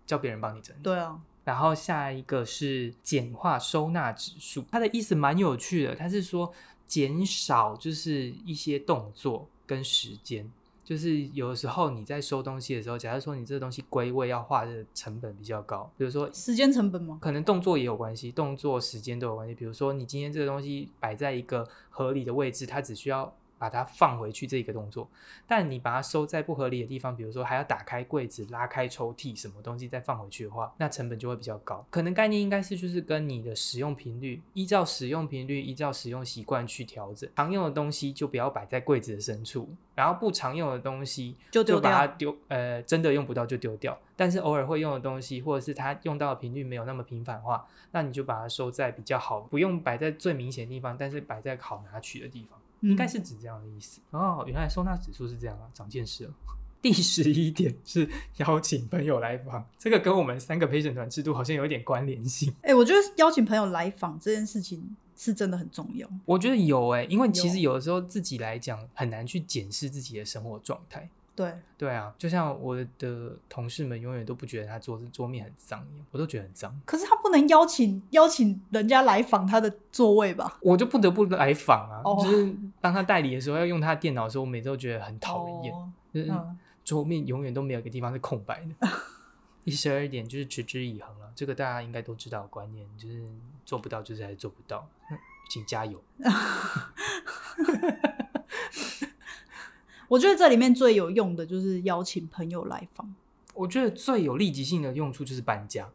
B: 叫别人帮你整理。
A: 对啊，
B: 然后下一个是简化收纳指数，它的意思蛮有趣的，它是说减少就是一些动作跟时间。就是有的时候你在收东西的时候，假如说你这个东西归位要花的成本比较高，比如说
A: 时间成本吗？
B: 可能动作也有关系，动作时间都有关系。比如说你今天这个东西摆在一个合理的位置，它只需要把它放回去这个动作，但你把它收在不合理的地方，比如说还要打开柜子、拉开抽屉，什么东西再放回去的话，那成本就会比较高。可能概念应该是就是跟你的使用频率，依照使用频率、依照使用习惯去调整。常用的东西就不要摆在柜子的深处，然后不常用的东西
A: 就丢
B: 就把它
A: 掉。
B: 丢，呃，真的用不到就丢掉。但是偶尔会用的东西，或者是它用到的频率没有那么频繁的话，那你就把它收在比较好，不用摆在最明显的地方，但是摆在好拿取的地方，
A: 应
B: 应该是指这样的意思。哦，原来收纳指数是这样啊，长见识了。 第十一点是邀请朋友来访，这个跟我们三个陪审团制度好像有一点关联性。
A: 哎、我觉得邀请朋友来访这件事情是真的很重要。
B: 我觉得有诶、因为其
A: 有
B: 实有的时候自己来讲很难去检视自己的生活状态。
A: 对，
B: 对啊，就像我的同事们永远都不觉得他桌子桌面很脏一样，我都觉得很脏，
A: 可是他不能邀请邀请人家来访他的座位吧？
B: 我就不得不来访啊。
A: 哦
B: 就是当他代理的时候要用他的电脑的时候，我每次都觉得很讨人厌，
A: 哦
B: 就是
A: 嗯，
B: 桌面永远都没有一个地方是空白 的。第十二点就是持之以恒了，这个大家应该都知道的观念，就是做不到就是还是做不到，那请加油。
A: 我觉得这里面最有用的就是邀请朋友来访。
B: 我觉得最有立即性的用处就是搬家，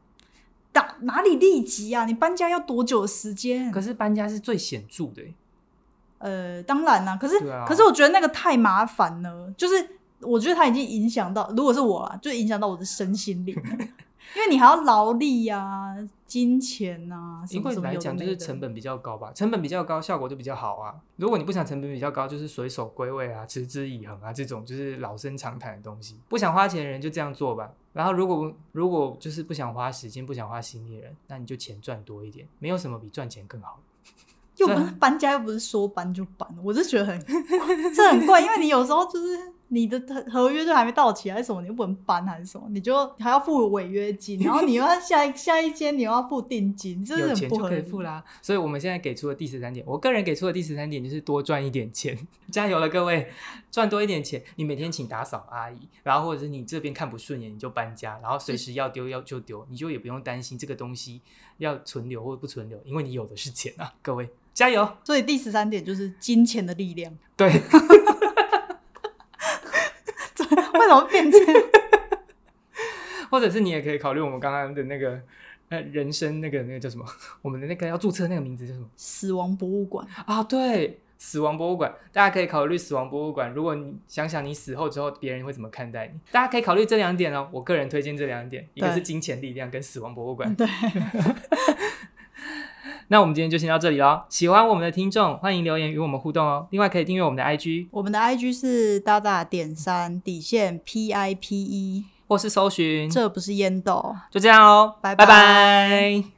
A: 哪哪里立即啊？你搬家要多久的时间？
B: 可是搬家是最显著的欸、
A: 呃，当然啦，可是、
B: 对啊
A: 可是我觉得那个太麻烦了，就是我觉得它已经影响到，如果是我啦，就影响到我的身心 灵了，因为你还要劳力呀、啊、金钱啊，什
B: 因
A: 么
B: 为
A: 什么
B: 来
A: 有的
B: 讲就
A: 没
B: 是
A: 的
B: 成。本比较高吧，成本比较高，效果就比较好啊。如果你不想成本比较高，就是随手归位啊、持之以恒啊这种就是老生常谈的东西。不想花钱的人就这样做吧。然后如果如果就是不想花时间、不想花心力的人，那你就钱赚多一点，没有什么比赚钱更好。
A: 又不是搬家，又不是说搬就搬，我就觉得很这很怪，因为你有时候就是你的合合约就还没到期还是什么，你又不能搬还是什么，你就还要付违约 金，然后你又要下一下一间你又要付定金，真
B: 有
A: 的很
B: 钱就
A: 不合
B: 可以
A: 理。
B: 付啦。所以我们现在给出的第十三点，我个人给出的第十三点就是多赚一点钱， 加油了各位，赚多一点钱。你每天请打扫阿姨，然后或者是你这边看不顺眼你就搬家，然后随时要丢要就丢，你就也不用担心这个东西要存留或不存留，因为你有的是钱啊，各位加油。
A: 所以第十三点就是金钱的力量。
B: 对，
A: 这为什么变这样？
B: 或者是你也可以考虑我们刚刚的那个。呃， 人生那个那个叫什么？我们的那个要注册那个名字叫什么
A: 死亡博物馆，
B: 啊？对，死亡博物馆，大家可以考虑死亡博物馆。如果你想想你死后之后别人会怎么看待你，大家可以考虑这两点哦。我个人推荐这两点，一个
A: 对嗯
B: 是金钱力量跟死亡博物馆。
A: 对，
B: 那我们今天就先到这里喽。喜欢我们的听众，欢迎留言与我们互动哦。另外可以订阅我们的 IG，
A: 我们的 IG 是大大点三底线 P I P E，
B: 或是搜寻。
A: 这不是烟斗。
B: 就这样喽，
A: 拜
B: 拜
A: 拜
B: 拜